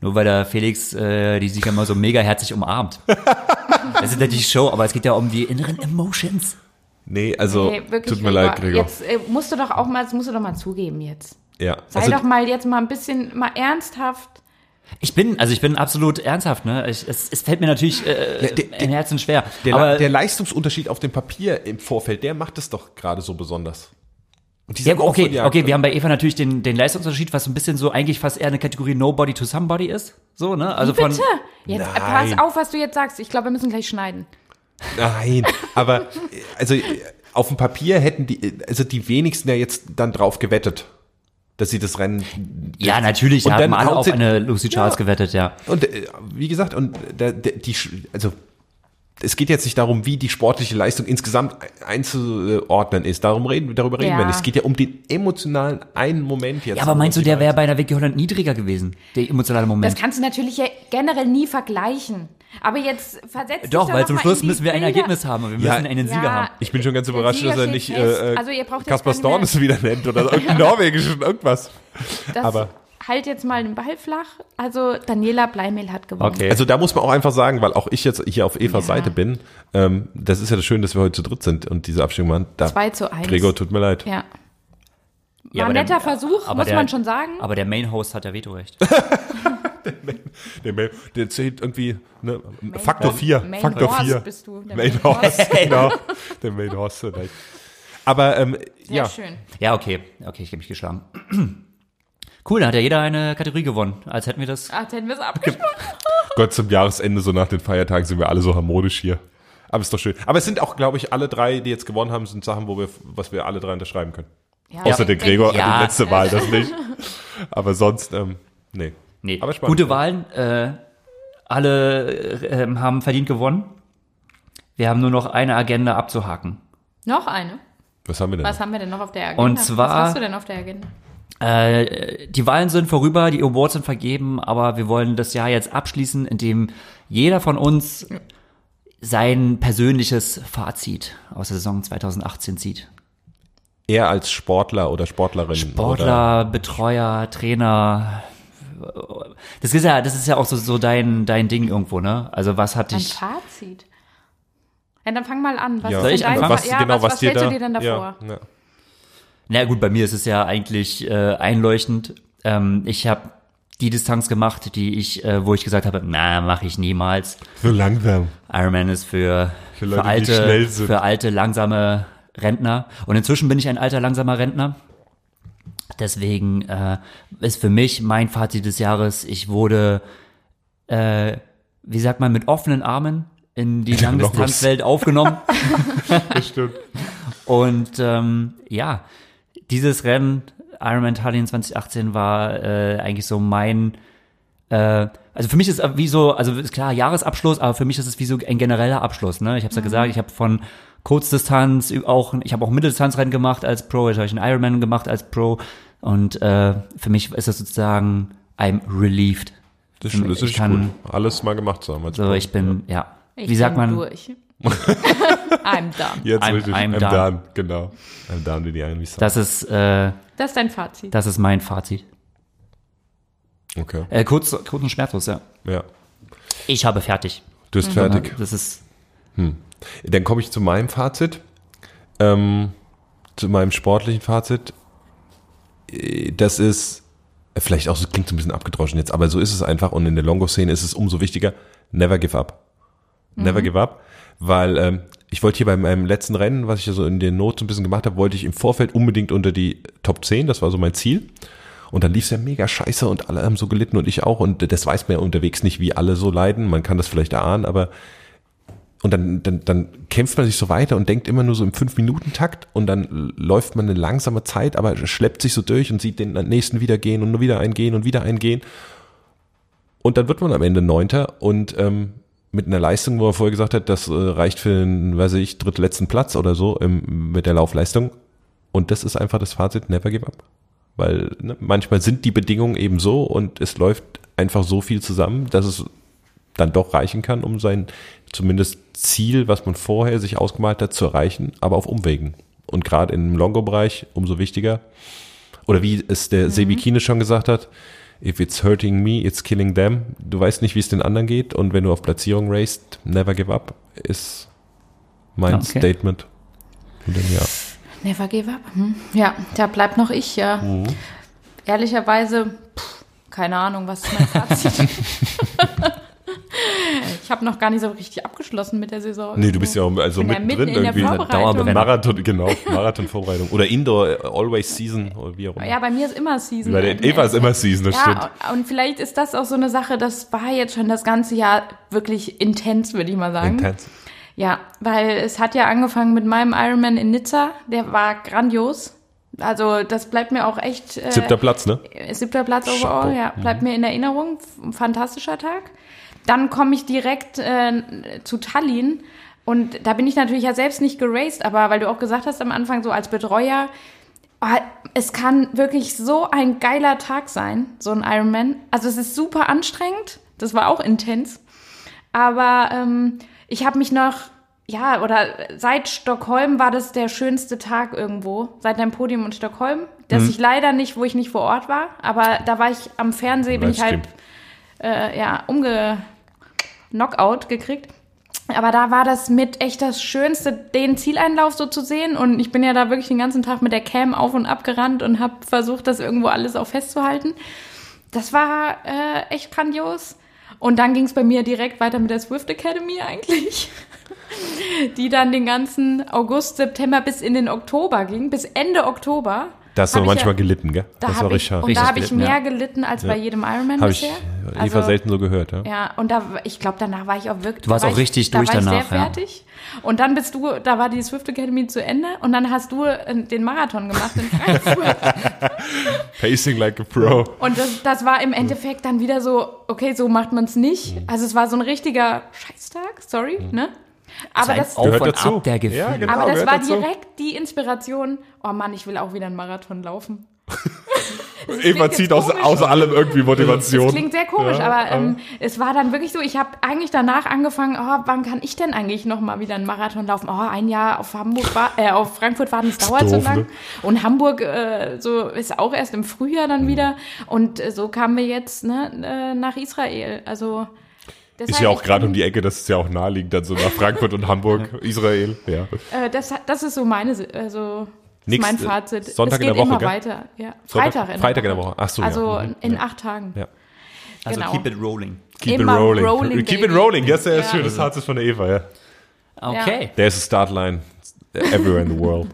Nur weil der Felix äh, die Sieger mal so mega herzlich umarmt. Das ist ja die Show, aber es geht ja um die inneren Emotions.
Nee,
Oh,
also
Nee, wirklich,
tut mir leid,
Gregor.
Gregor.
Jetzt äh, musst du doch auch mal, das musst du doch mal zugeben jetzt.
ja.
Sei
Also
doch mal jetzt mal ein bisschen mal ernsthaft.
Ich bin, also ich bin absolut ernsthaft, ne? Ich, es, es fällt mir natürlich äh,
Ja, der- der-
im Herzen schwer.
Der,
aber
der Leistungsunterschied auf dem Papier im Vorfeld, der macht es doch gerade so besonders. Und diese
ja, äh, okay,
Aufholjagd-
okay, wir haben bei Eva natürlich den, den Leistungsunterschied, was so ein bisschen so eigentlich fast eher eine Kategorie Nobody to Somebody ist. So, ne? Also von
Bitte! Jetzt äh,
Nein.
pass auf, was du jetzt sagst. Ich glaube, wir müssen gleich schneiden.
Nein, aber äh, also äh, auf dem Papier hätten die, äh, also die wenigsten ja jetzt dann drauf gewettet, dass sie das Rennen.
Ja, natürlich,
Und
da haben
dann
alle
haut
auf
sie-
eine Lucy Charles
Ja.
gewettet, ja.
Und äh, wie gesagt, und der, der, die, Sch- also es geht jetzt nicht darum, wie die sportliche Leistung insgesamt einzuordnen ist. Darum reden, darüber reden
Ja.
wir nicht. Es geht ja um den emotionalen einen Moment jetzt.
Ja, aber meinst du, der wäre bei einer Vicky Holland niedriger gewesen, der emotionale
Das
Moment?
kannst du natürlich ja generell nie vergleichen. Aber jetzt versetzt dich
Doch, weil
noch
zum
mal
Schluss
in die
müssen wir ein
Bilder.
Ergebnis haben und wir
Ja.
müssen einen Sieger
Ja.
haben.
Ich bin schon ganz
Der
überrascht,
Sieger
dass er
steht
nicht
fest.
äh,
Also ihr braucht jetzt
Kaspar
gar nicht mehr-
Stornes wieder nennt oder irgendeinen norwegischen irgendwas.
Das
Aber-
halt jetzt mal den Ball flach. Also Daniela Bleimehl hat gewonnen.
Okay.
Also da muss man auch einfach sagen, weil auch ich jetzt hier auf Evas Seite bin, ähm, das ist ja das Schöne, dass wir heute zu dritt sind und diese Abstimmung machen. Da,
2 zu 1.
Gregor, tut mir leid.
Ja.
Ja,
War ein
aber
netter
der-
Versuch,
aber
muss
der-
man schon sagen.
Aber der Main-Host hat ja Vetorecht.
Der, Mail- der zählt irgendwie ne, Faktor 4.
Main
Faktor
Horst
4.
bist du. Der
Main Horst, genau. Der Main Horst vielleicht. Aber ähm,
Sehr
ja,
schön.
Ja, okay. Okay, ich habe mich geschlagen. Cool, dann hat ja jeder eine Kategorie gewonnen, als hätten wir das.
Ach, dann wir's abgesprochen.
Gott, zum Jahresende, so nach den Feiertagen sind wir alle so harmonisch hier. Aber ist doch schön. Aber es sind auch, glaube ich, alle drei, die jetzt gewonnen haben, sind Sachen, wo wir, was wir alle drei unterschreiben können.
Ja,
Außer der
denk-
Gregor
Ja.
hat die letzte Wahl, das nicht. Aber sonst, ähm, nee.
Nee,
Aber spannend.
gute Wahlen. Äh, alle äh, ähm, haben verdient gewonnen. Wir haben nur noch eine Agenda abzuhaken.
Noch eine.
Was haben wir denn?
Was
noch?
haben wir denn noch auf der Agenda?
Und zwar-
Was hast du denn auf der Agenda?
Äh, die Wahlen sind vorüber, die Awards sind vergeben, aber wir wollen das Jahr jetzt abschließen, indem jeder von uns sein persönliches Fazit aus der Saison 2018 zieht.
Er als Sportler oder Sportlerin. Oder
Sportler, Betreuer, Trainer. Das ist ja, das ist ja auch so, so dein, dein Ding irgendwo, ne? Also was hat
Ein
dich.
Fazit. Ja, dann fang mal an. Was
Ja.
ist
Soll ich
denn dein
anfangen?
Fa- ja, was, was, stellst
genau, da-
du dir denn davor?
Ja, ja.
Na gut, bei mir ist es ja eigentlich äh, einleuchtend. Ähm, ich habe die Distanz gemacht, die ich, äh, wo ich gesagt habe, na, mache ich niemals.
So langsam.
Ironman ist für, für,
Leute, die
alte,
schnell sind.
für alte, langsame Rentner. Und inzwischen bin ich ein alter, langsamer Rentner. Deswegen äh, ist für mich mein Fazit des Jahres, ich wurde, äh, wie sagt man, mit offenen Armen in die
Ja, Lockes.
Langdistanzwelt aufgenommen.
Das stimmt.
Und ähm, ja, dieses Rennen, Ironman Tallinn 2018, war äh, eigentlich so mein, äh, also für mich ist wie so, also ist klar Jahresabschluss, aber für mich ist es wie so ein genereller Abschluss. Ne? Ich habe es ja gesagt, ich habe von Kurzdistanz, ü- auch ich habe auch Mitteldistanzrennen gemacht als Pro, ich habe einen Ironman gemacht als Pro und äh, für mich ist das sozusagen I'm relieved.
Das,
Ich
stimmt, das ist
kann-
gut. Alles mal gemacht zu haben. als
So,
Pro.
ich bin, ja,
Ich
wie sagt
bin
man,
Durch. I'm done.
Jetzt
I'm-
richtig.
I'm
I'm
done.
done. Genau. I'm done, wie die eigentlich sagen.
das ist, äh,
Das ist dein Fazit.
das ist mein Fazit.
Okay.
Äh, kurz, kurz und schmerzlos, ja.
Ja.
Ich habe fertig.
Du bist fertig.
Das ist
Dann komme ich zu meinem Fazit. Ähm, zu meinem sportlichen Fazit. Äh, Das ist äh, vielleicht auch, so- klingt so ein bisschen abgedroschen jetzt, aber so ist es einfach. Und in der Longo-Szene ist es umso wichtiger. Never give up. Never give up. Weil ähm, ich wollte hier bei meinem letzten Rennen, was ich ja so in den Notes ein bisschen gemacht habe, wollte ich im Vorfeld unbedingt unter die Top 10. Das war so mein Ziel. Und dann lief's ja mega scheiße und alle haben so gelitten und ich auch. Und das weiß man ja unterwegs nicht, wie alle so leiden. Man kann das vielleicht erahnen, aber und dann, dann, dann kämpft man sich so weiter und denkt immer nur so im Fünf-Minuten-Takt und dann l- läuft man eine langsame Zeit, aber schleppt sich so durch und sieht den nächsten wieder gehen und nur wieder eingehen und wieder eingehen. Und dann wird man am Ende Neunter und ähm, mit einer Leistung, wo er vorher gesagt hat, das äh, reicht für den, weiß ich, drittletzten Platz oder so ähm, mit der Laufleistung. Und das ist einfach das Fazit, never give up. Weil ne, manchmal sind die Bedingungen eben so und es läuft einfach so viel zusammen, dass es dann doch reichen kann, um sein zumindest Ziel, was man vorher sich ausgemalt hat, zu erreichen, aber auf Umwegen. Und gerade im Longo-Bereich umso wichtiger. Oder wie es
Mhm.
der Sebi Kine schon gesagt hat, if it's hurting me, it's killing them. Du weißt nicht, wie es den anderen geht. Und wenn du auf Platzierung raced, never give up, ist mein
Okay.
Statement. Und dann, ja.
Never give up. Hm? Ja, da bleibt noch ich, ja.
Mhm.
Ehrlicherweise, pff, keine Ahnung, was ist mein Fazit? ich habe noch gar nicht so richtig abgeschlossen mit der Saison.
Nee, du bist ja auch also
Bin ja
mittendrin
mitten in der
irgendwie.
Vorbereitung.
Dauerbrenner.
Marathon, genau, Marathon-Vorbereitung. Oder Indoor, äh, Always Season, oder wie auch immer.
Ja, bei mir ist immer Season.
Bei der Eva ist immer Season, das stimmt.
Ja, und- und vielleicht ist das auch so eine Sache, das war jetzt schon das ganze Jahr wirklich intens, würde ich mal sagen.
Intens.
Ja, weil es hat ja angefangen mit meinem Ironman in Nizza, der war grandios. Also das bleibt mir auch echt äh,
Siebter Mhm. Platz, ne?
siebter Platz overall,
Chapeau.
ja, bleibt mir in Erinnerung. F- Fantastischer Tag. Dann komme ich direkt äh, zu Tallinn und da bin ich natürlich ja selbst nicht geraced, aber weil du auch gesagt hast am Anfang so als Betreuer, ah, es kann wirklich so ein geiler Tag sein, so ein Ironman. Also es ist super anstrengend, das war auch intens, aber ähm, ich habe mich noch ja, oder seit Stockholm war das der schönste Tag irgendwo, seit deinem Podium in Stockholm, dass ich leider nicht, wo ich nicht vor Ort war, aber da war ich am Fernsehen, bin ich
Livestream.
halt äh, ja, umge Knockout gekriegt. Aber da war das mit echt das Schönste, den Zieleinlauf so zu sehen. Und ich bin ja da wirklich den ganzen Tag mit der Cam auf und ab gerannt und habe versucht, das irgendwo alles auch festzuhalten. Das war äh, echt grandios. Und dann ging es bei mir direkt weiter mit der Swift Academy eigentlich, die dann den ganzen August, September bis in den Oktober ging, bis Ende Oktober.
Da hast du
Hab ich
manchmal
ja,
gelitten, gell?
da
das war
hab
richtig
ich,
scharf.
Und da
Richtig
habe ich
gelitten,
mehr
ja.
gelitten als bei jedem Ironman
Habe ich eh
bisher.
Eva
Also-
selten so gehört, ja.
ja, und da, ich glaube, danach war ich auch wirklich.
Du warst
da
auch
ich-
richtig
da
durch
war Ich
danach,
sehr
ja.
fertig. Und dann bist du, da war die Swift Academy zu Ende und dann hast du äh, den Marathon gemacht in Frankfurt.
Pacing like a pro.
und das, das war im Endeffekt dann wieder so, okay, so macht man es nicht.
Mhm.
Also es war so ein richtiger Scheißtag, sorry, ne? Aber
ein
das,
Auf
Gehört
und
dazu.
ab der Gefühle.
Ja, genau,
aber das
gehört
war
dazu.
direkt die Inspiration, oh Mann, ich will auch wieder einen Marathon laufen.
Eva
klingt
zieht
jetzt
aus,
komisch.
aus allem irgendwie Motivation.
Das klingt sehr komisch,
Ja,
aber ähm, es war dann wirklich so, ich habe eigentlich danach angefangen, oh, wann kann ich denn eigentlich nochmal wieder einen Marathon laufen? Oh, ein Jahr auf Hamburg war, äh, auf Frankfurt warten, das dauert so
doof,
lang.
ne?
Und Hamburg äh, so ist auch erst im Frühjahr
Mhm.
dann wieder. Und äh, so kamen wir jetzt ne, äh, nach Israel. Also
Ist ja auch gerade um die Ecke, das ist ja auch naheliegend, dann so nach Frankfurt und Hamburg, Israel. Ja.
äh, das, das ist so meine, Si- also ist
Nächste-
mein Fazit.
Sonntag
es geht
in der Woche,
immer
gell?
weiter. Ja.
Sonntag-
Freitag in
Freitag
der
in
Woche.
der Woche. Ach so, ja.
Also
Mhm.
in
Ja.
acht Tagen.
Ja.
Also
genau.
keep it rolling.
Keep
Immer
it rolling.
rolling,
Keep
baby.
it rolling. Das ist ja,
Ja.
schön. Das Herz ist von der Eva, ja.
Okay.
There's a start line everywhere in the world.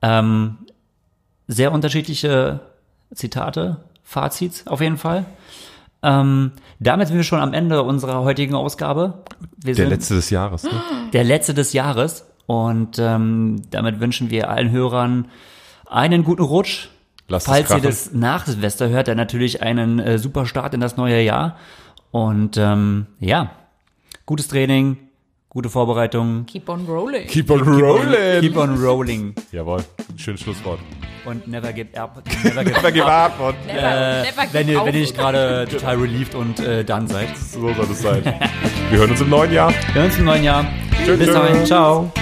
Ähm, sehr unterschiedliche Zitate, Fazits auf jeden Fall. Ähm, damit sind wir schon am Ende unserer heutigen Ausgabe. Wir
Der
sind
letzte des Jahres. Ne?
der letzte des Jahres. Und ähm, damit wünschen wir allen Hörern einen guten Rutsch.
Lasst es
Falls ihr
krachen.
das nach Silvester hört, dann natürlich einen äh, super Start in das neue Jahr. Und ähm, ja, gutes Training, gute Vorbereitung.
Keep on rolling.
Keep on rolling.
Keep on rolling.
Jawohl. Schönes Schlusswort.
Und never give up. Never give
Never give up. Und
Never, never
wenn
give
ihr, wenn ihr
auf.
nicht gerade total relieved und äh, done seid.
so soll es sein. Wir hören uns im neuen Jahr.
Wir hören uns im neuen Jahr.
Tschüss.
Bis dahin, ciao.